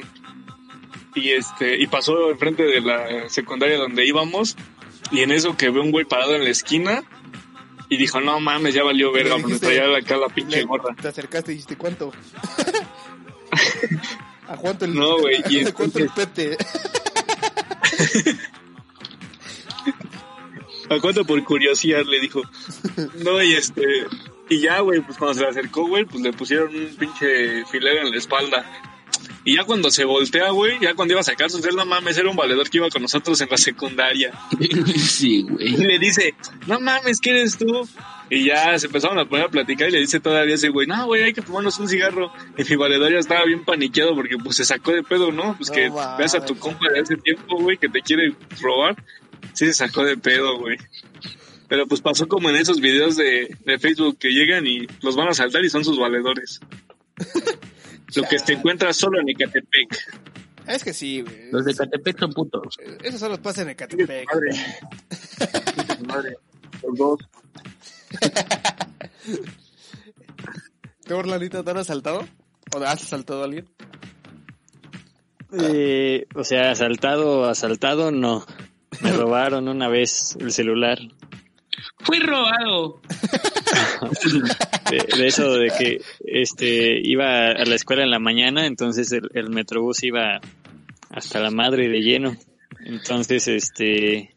Y este, y pasó enfrente de la secundaria donde íbamos, y en eso que ve un güey parado en la esquina, y dijo, no mames, ya valió verga, Le me dijiste- traía acá la Le- pinche gorda. te acercaste y dijiste, ¿cuánto? ¿A cuánto el, No, güey, y este, ¿A cuánto el pete? ¿A cuánto por curiosidad? Le dijo. No, y este. Y ya, güey, pues cuando se le acercó, güey, pues le pusieron un pinche filero en la espalda. Y ya cuando se voltea, güey, ya cuando iba a sacar su celda, mames, era un valedor que iba con nosotros en la secundaria. Sí, Y güey. le dice, no mames, ¿quién eres tú? Y ya se empezaron a poner a platicar y le dice todavía ese güey, no, güey, hay que fumarnos un cigarro. Y mi valedor ya estaba bien paniqueado porque pues se sacó de pedo, ¿no? Pues No que mames. veas a tu compa de hace tiempo, güey, que te quiere robar. Sí se sacó de pedo, güey. Pero pues pasó como en esos videos de, de Facebook que llegan y los van a saltar y son sus valedores. Lo que te encuentras solo en Ecatepec. Es que sí, güey. Los de Catepec son putos. Eso solo pasa en Ecatepec. Madre. Madre. Los dos. ¿Te Orlandita te han asaltado? ¿O has asaltado a alguien? Eh, o sea, asaltado, asaltado, no. Me robaron una vez el celular. Fui robado. De, de eso de que este iba a la escuela en la mañana, entonces el, el metrobús iba hasta la madre de lleno. Entonces, este,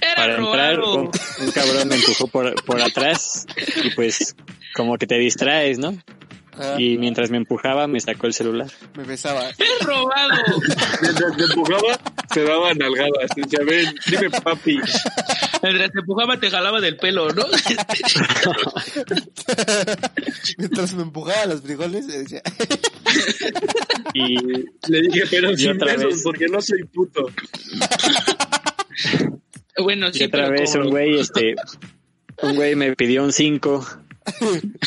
Era para entrar, robado. un, un cabrón me empujó por, por atrás y pues como que te distraes, ¿no? Ah, Y mientras me empujaba me sacó el celular. Me besaba. Es robado. Mientras te empujaba, te daba nalgadas. Decía, ven, dime papi. Mientras te empujaba te jalaba del pelo, ¿no? Mientras me empujaba a los frijoles, eh, decía, Y Le dije, pero Y sin otra besos, vez. porque no soy puto. Bueno, Y sí, otra pero vez como- un güey, este, un güey me pidió un 5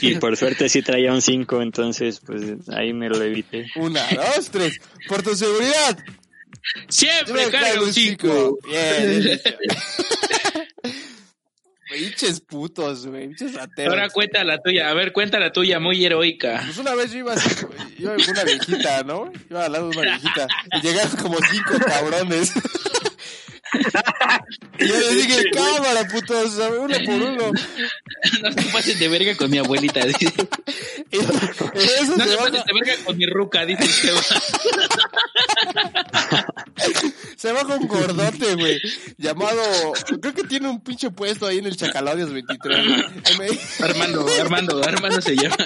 y por suerte sí traía un 5, entonces pues ahí me lo evité. Una, dos, tres. Por tu seguridad. Siempre carga un chico. cinco. Bien, bien. Pinches putos, güey. Pinches rateros. Ahora cuenta la tuya, a ver, cuenta la tuya, muy heroica. Pues una vez yo iba así, güey, iba con una viejita, ¿no? Iba al lado de una viejita. Y llegaron como cinco cabrones. Y yo les dije, cámara, putos, a ver, uno por uno. No te pases de verga con mi abuelita, dice. Y eso No se, te baja, pases de verga con mi ruca, dice este el Esteban. se baja un gordote, güey. Llamado, creo que tiene un pinche puesto ahí en el Chacalaudios 23. güey. Y me Armando, Armando, Armando se llama.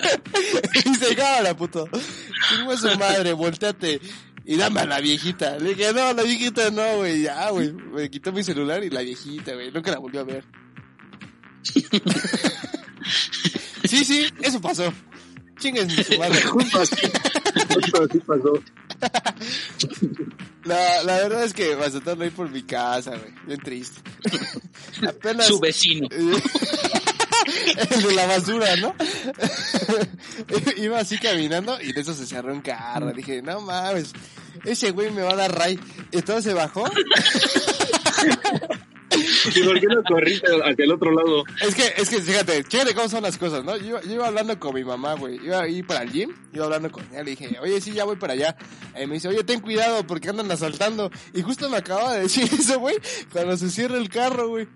y dice, cámara, puto. Chingo a su madre, volteate. Y dame a la viejita. Le dije, no, la viejita no, güey. Ya, güey. Me quitó mi celular y la viejita, güey. Nunca la volvió a ver. sí, sí, eso pasó. Chinguen su madre. La, la verdad es que Mazatán no ir por mi casa, güey. Bien triste. Apenas. Su vecino. el de la basura, ¿no? Iba así caminando y de eso se cerró un carro. Dije, no mames, ese güey me va a dar ray. Entonces se bajó. ¿Y por qué no corriste hacia el otro lado? Es que, es que, fíjate, fíjate cómo son las cosas, ¿no? Yo, iba- yo iba hablando con mi mamá, güey. Iba a ir para el gym, iba hablando con ella. Le dije, oye, sí, ya voy para allá. Y me dice, oye, ten cuidado porque andan asaltando. Y justo me acababa de decir eso, güey, cuando se cierra el carro, güey.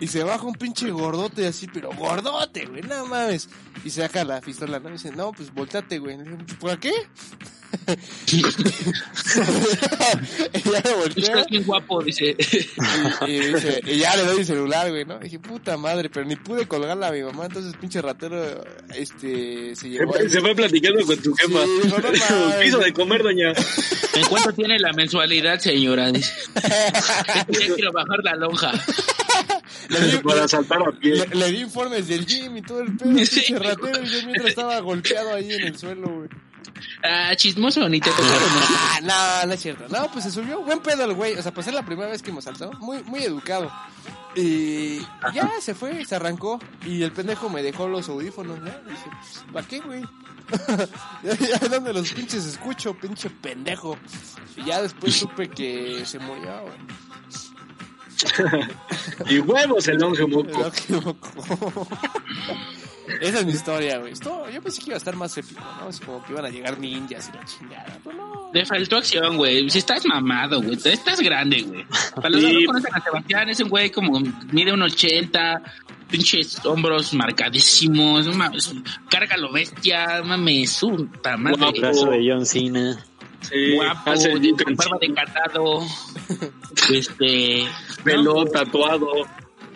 Y se baja un pinche gordote así, pero gordote, güey, no mames. Y saca la pistola, ¿no? Y dice, no, pues volteate, güey. Le dije, ¿para qué? y ya me volteé. Estás bien guapo, dice. Y, y dice, y ya le doy el celular, güey, ¿no? dije, puta madre, pero ni pude colgarla a mi mamá, entonces pinche ratero, este, se llevó ahí. Se fue platicando con tu Sí, jefa. dijo, no mames. Quiso de comer, doña. ¿En cuánto tiene la mensualidad, señora? Dice. Ya quiero bajar la lonja. Le di, Para saltar a pie. le- le di informes del gym y todo el pedo, pinche Sí. ratero, y yo mientras estaba golpeado ahí en el suelo, güey. Ah, chismoso, ni te tocaron. Ah, no, no es cierto. No, pues se subió buen pedo el güey. O sea, pues es la primera vez que me saltó. Muy, muy educado. Y ya se fue, se arrancó. Y el pendejo me dejó los audífonos, ¿no? Y dije, pues, ¿para qué, güey? ya, ya donde los pinches escucho, pinche pendejo. Y ya después supe que se murió, güey. Y huevos el longe Pero moco. qué loco. Esa es mi historia, güey. Esto, yo pensé que iba a estar más épico, ¿no? Es como que iban a llegar ninjas y la chingada. Pero no. Te faltó acción, güey. Si estás mamado, güey. Te- Estás grande, güey. Para los que Sí. no conocen a Sebastián, es un güey como mide un 80, pinches hombros marcadísimos, no mames, cárgalo bestia, no mames, puta madre. Guapo, Brazo de John Cena. Sí, hace el de- Jim con barba de Cantino. catado, este, Pelón, tatuado.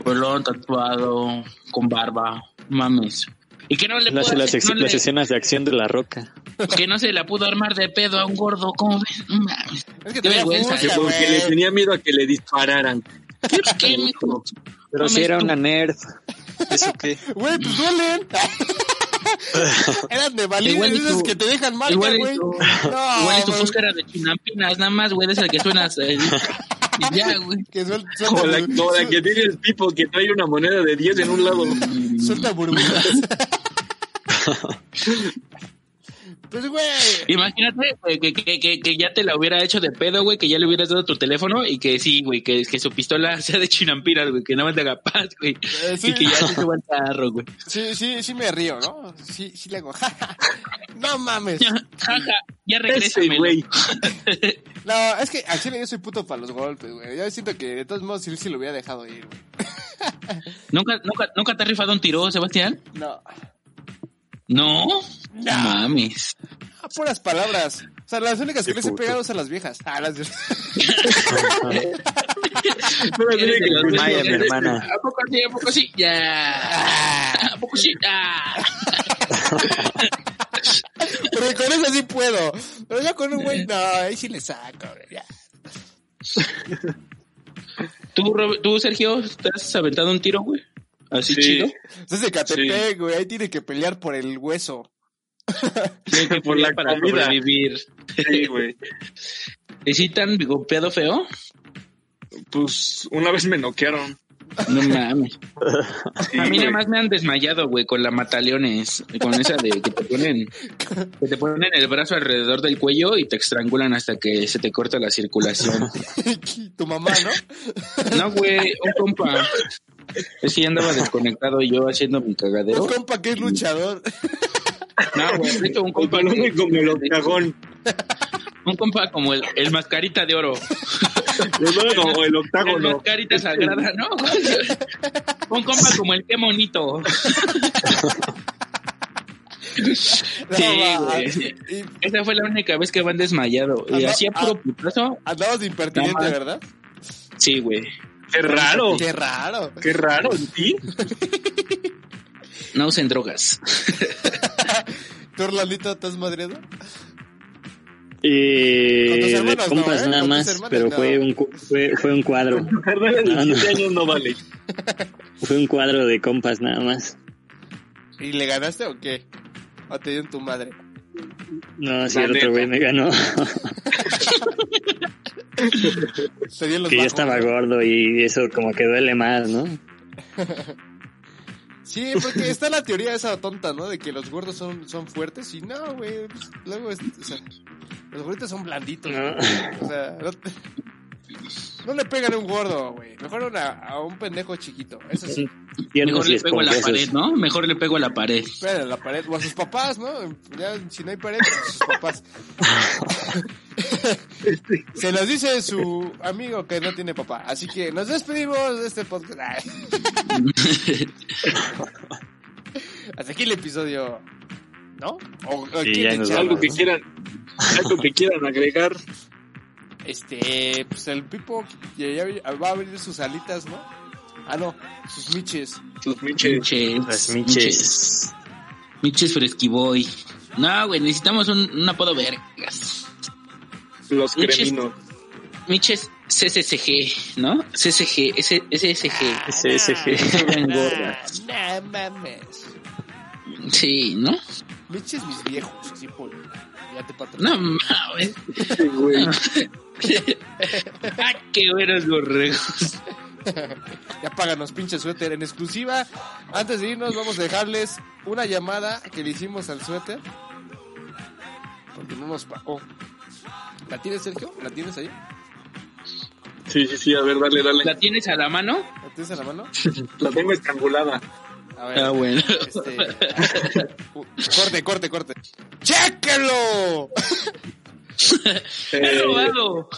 pelón tatuado, con barba, no mames. Y que no le Él hace pudo las, hacer- ex- no las le- escenas de acción de la roca. que no se la pudo armar de pedo a un gordo, ¿cómo ves? No mames. Es que Qué tenía vergüenza, furia, Que porque güey. le tenía miedo a que le dispararan. ¿Qué, mijo? Pero si Mames, era tú. una nerd. ¿Eso qué? Güey, pues duelen. Eran de Igual balines, y esas tú- que te dejan mal, Igual güey. es tu, igual es tu güey, búsqueda de chinampinas, nada más, güey, es el que suenas. eh, y ya, güey. Que suel- Como suelta, la, bur- como la que suel- tiene el tipo que trae una moneda de 10 en un lado. suelta burbujas. pues, güey. Imagínate güey, que, que, que, que ya te la hubiera hecho de pedo, güey, que ya le hubieras dado tu teléfono y que sí, güey, que, que su pistola sea de chinampinas, güey, que nada más te haga paz, güey. Eh, sí. Y que ya se suba al carro, güey. Sí, sí, sí me río, ¿no? Sí, sí le hago. no mames. Jaja, ya regresa, Ese güey. No, es que al chile yo soy puto para los golpes, güey. Yo siento que de todos modos sí, sí lo hubiera dejado ir, güey. ¿Nunca, nunca, ¿Nunca te has rifado un tiro, Sebastián? No. No. No mames. A puras palabras. O sea, las únicas que les he pegado son a las viejas. Ah, las Pero tiene Eres de que los firmar. Maya, mi eres de- hermana. ¿A poco sí? ¿A poco sí? Ya. ¿A poco sí? Ah. Pero con eso sí puedo. Pero ya con un güey, no, ahí sí le saco, güey. Ya. ¿Tú, Rob- tú, Sergio, te has aventado un tiro, güey? Así Sí. chido. Eso es de Catepec, güey. Ahí tiene que pelear por el hueso. Tiene que Por la pelear para comida. sobrevivir. Sí, güey. ¿Y si tan golpeado feo? pues una vez me noquearon. No mames. Sí, A mí nada güey. más me han desmayado, güey, con la mataleones. Con esa de que te ponen, que te ponen el brazo alrededor del cuello y te estrangulan hasta que se te corta la circulación. tu mamá, ¿no? No, güey, un compa. Es que ya andaba desconectado yo haciendo mi cagadero. Un compa que es luchador. No, güey, ahorita un El compa. balón que- y como el octagón. Un compa como el, el mascarita de oro. Como el El octágono. mascarita sagrada, ¿no? Un compa como el qué monito. No, Sí, va. güey. Y Esa fue la única vez que van desmayado. Y Ajá, hacía ah. puro putazo. Andabas de impertinente, No, man. ¿verdad? Sí, güey. Qué raro. Qué raro. Qué raro, ¿sí? No usen drogas. ¿Tú, Orlandito, estás madreado? Con tus Eh, de hermanos, compas ¿no, eh? nada Con tus más, hermanos, pero no. fue, un, cu- fue, fue un cuadro. Carnal de No, no. 17 años no vale. Fue un cuadro de compas nada más. ¿Y le ganaste o qué? ¿O te dieron tu madre? No, si La el otro neta. güey me ganó, Te dieron los que yo bajos. estaba gordo y eso como que duele más, ¿no? Sí, porque está la teoría esa tonta, ¿no? De que los gordos son, son fuertes y no, güey. pues, luego, es- o sea, los gorditos son blanditos. No. güey. O sea, no, te- no le pegan a un gordo, güey. Mejor a una- a un pendejo chiquito. Eso sí. Tiernos Mejor y le pego a la pared, esponjosos. ¿no? Mejor le pego a la pared. Pero a la pared, o a sus papás, ¿no? Ya, si no hay pared, pues, a sus papás. Se los dice su amigo que no tiene papá. Así que nos despedimos de este podcast. Ay. Hasta aquí el episodio, ¿no? O, o Sí, quieren ya nos echar vamos. Algo que quieran, algo que quieran agregar. Este, pues el Pipo ya, ya va a abrir sus alitas, ¿no? Ah, no, sus miches. Sus pinches. Miches. Las Miches. Miches fresquiboy. No, güey, necesitamos un, un apodo vergas. Los Miches. creminos. Miches CCCG, ¿no? CCG, S- SSG. SSG. Bien Nah, gorda. nah, Ah, mames. Sí, ¿no? Miches mis viejos, así por... Ya te patrocino. No mames. Sí, güey. Ah, qué buenos borregos. Ya páganos, pinche suéter. En exclusiva, antes de irnos, vamos a dejarles una llamada que le hicimos al suéter. Porque no nos pagó. ¿La tienes, Sergio? ¿La tienes ahí? Sí, sí, sí, a ver, dale, dale. ¿La tienes a la mano? ¿La tienes en la mano? La tengo estrangulada. A ver. Ah, bueno. Este, uh, corte, corte, corte. ¡Chéquenlo! ¡He Eh, robado!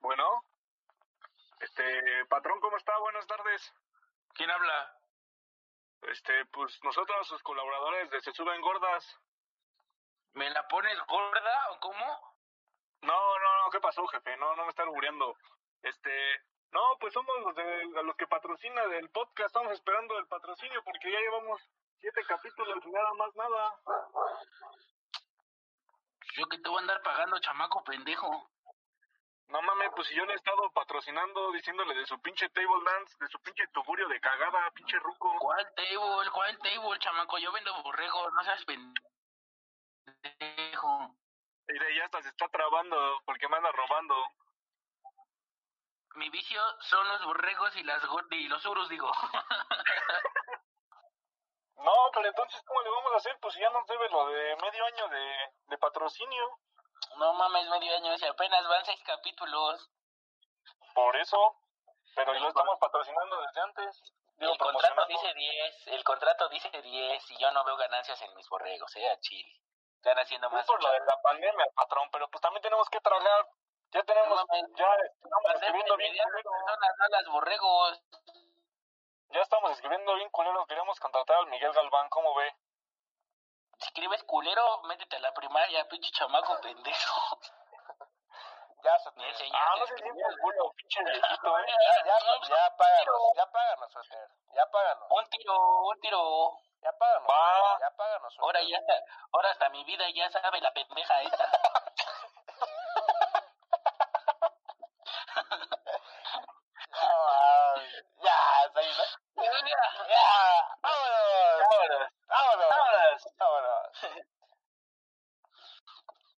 Bueno, este, patrón, ¿cómo está? Buenas tardes. ¿Quién habla? Este, pues nosotros, sus colaboradores de Se Suben Gordas. ¿Me la pones gorda o cómo? No, no, no, ¿qué pasó, jefe? No, no me está albureando. Este, no, pues somos los, de, a los que patrocina del podcast. Estamos esperando el patrocinio porque ya llevamos siete capítulos y nada más nada. Yo que te voy a andar pagando, chamaco pendejo. No mames, pues si yo le he estado patrocinando, diciéndole de su pinche table dance, de su pinche tugurio de cagada, pinche ruco. ¿Cuál table? ¿Cuál table, chamaco? Yo vendo borrego, no seas pendejo. Mira, ya hasta se está trabando porque me anda robando. Mi vicio son los borregos y las gor- y los urus, digo. No, pero entonces, ¿cómo le vamos a hacer? Pues si ya nos debe lo de medio año de, de patrocinio. no mames, medio año, si apenas van seis capítulos. Por eso. Pero lo estamos patrocinando desde antes. Digo, el contrato promocionando. dice 10, el contrato dice 10 y yo no veo ganancias en mis borregos, eh, a Chile. Están haciendo Es más... por lo de la pandemia, patrón. Pero pues también tenemos que tragar. Ya tenemos, No mames. ya estamos Hacer escribiendo bien medianas culero. personas, no las borregos. Ya estamos escribiendo bien culero. Queremos contratar al Miguel Galván, ¿cómo ve? Si escribes culero, métete a la primaria, pinche chamaco pendejo. Ya se Me enseñaste Ah, no a se escribir. siente el culo, pinche viejito, ¿eh? Ya, ya, ya páganos, ya páganos, Suéter. Ya páganos. Un tiro, un tiro. Ya páganos. Ya páganos. Ahora ya, ahora hasta mi vida ya sabe la pendeja esta.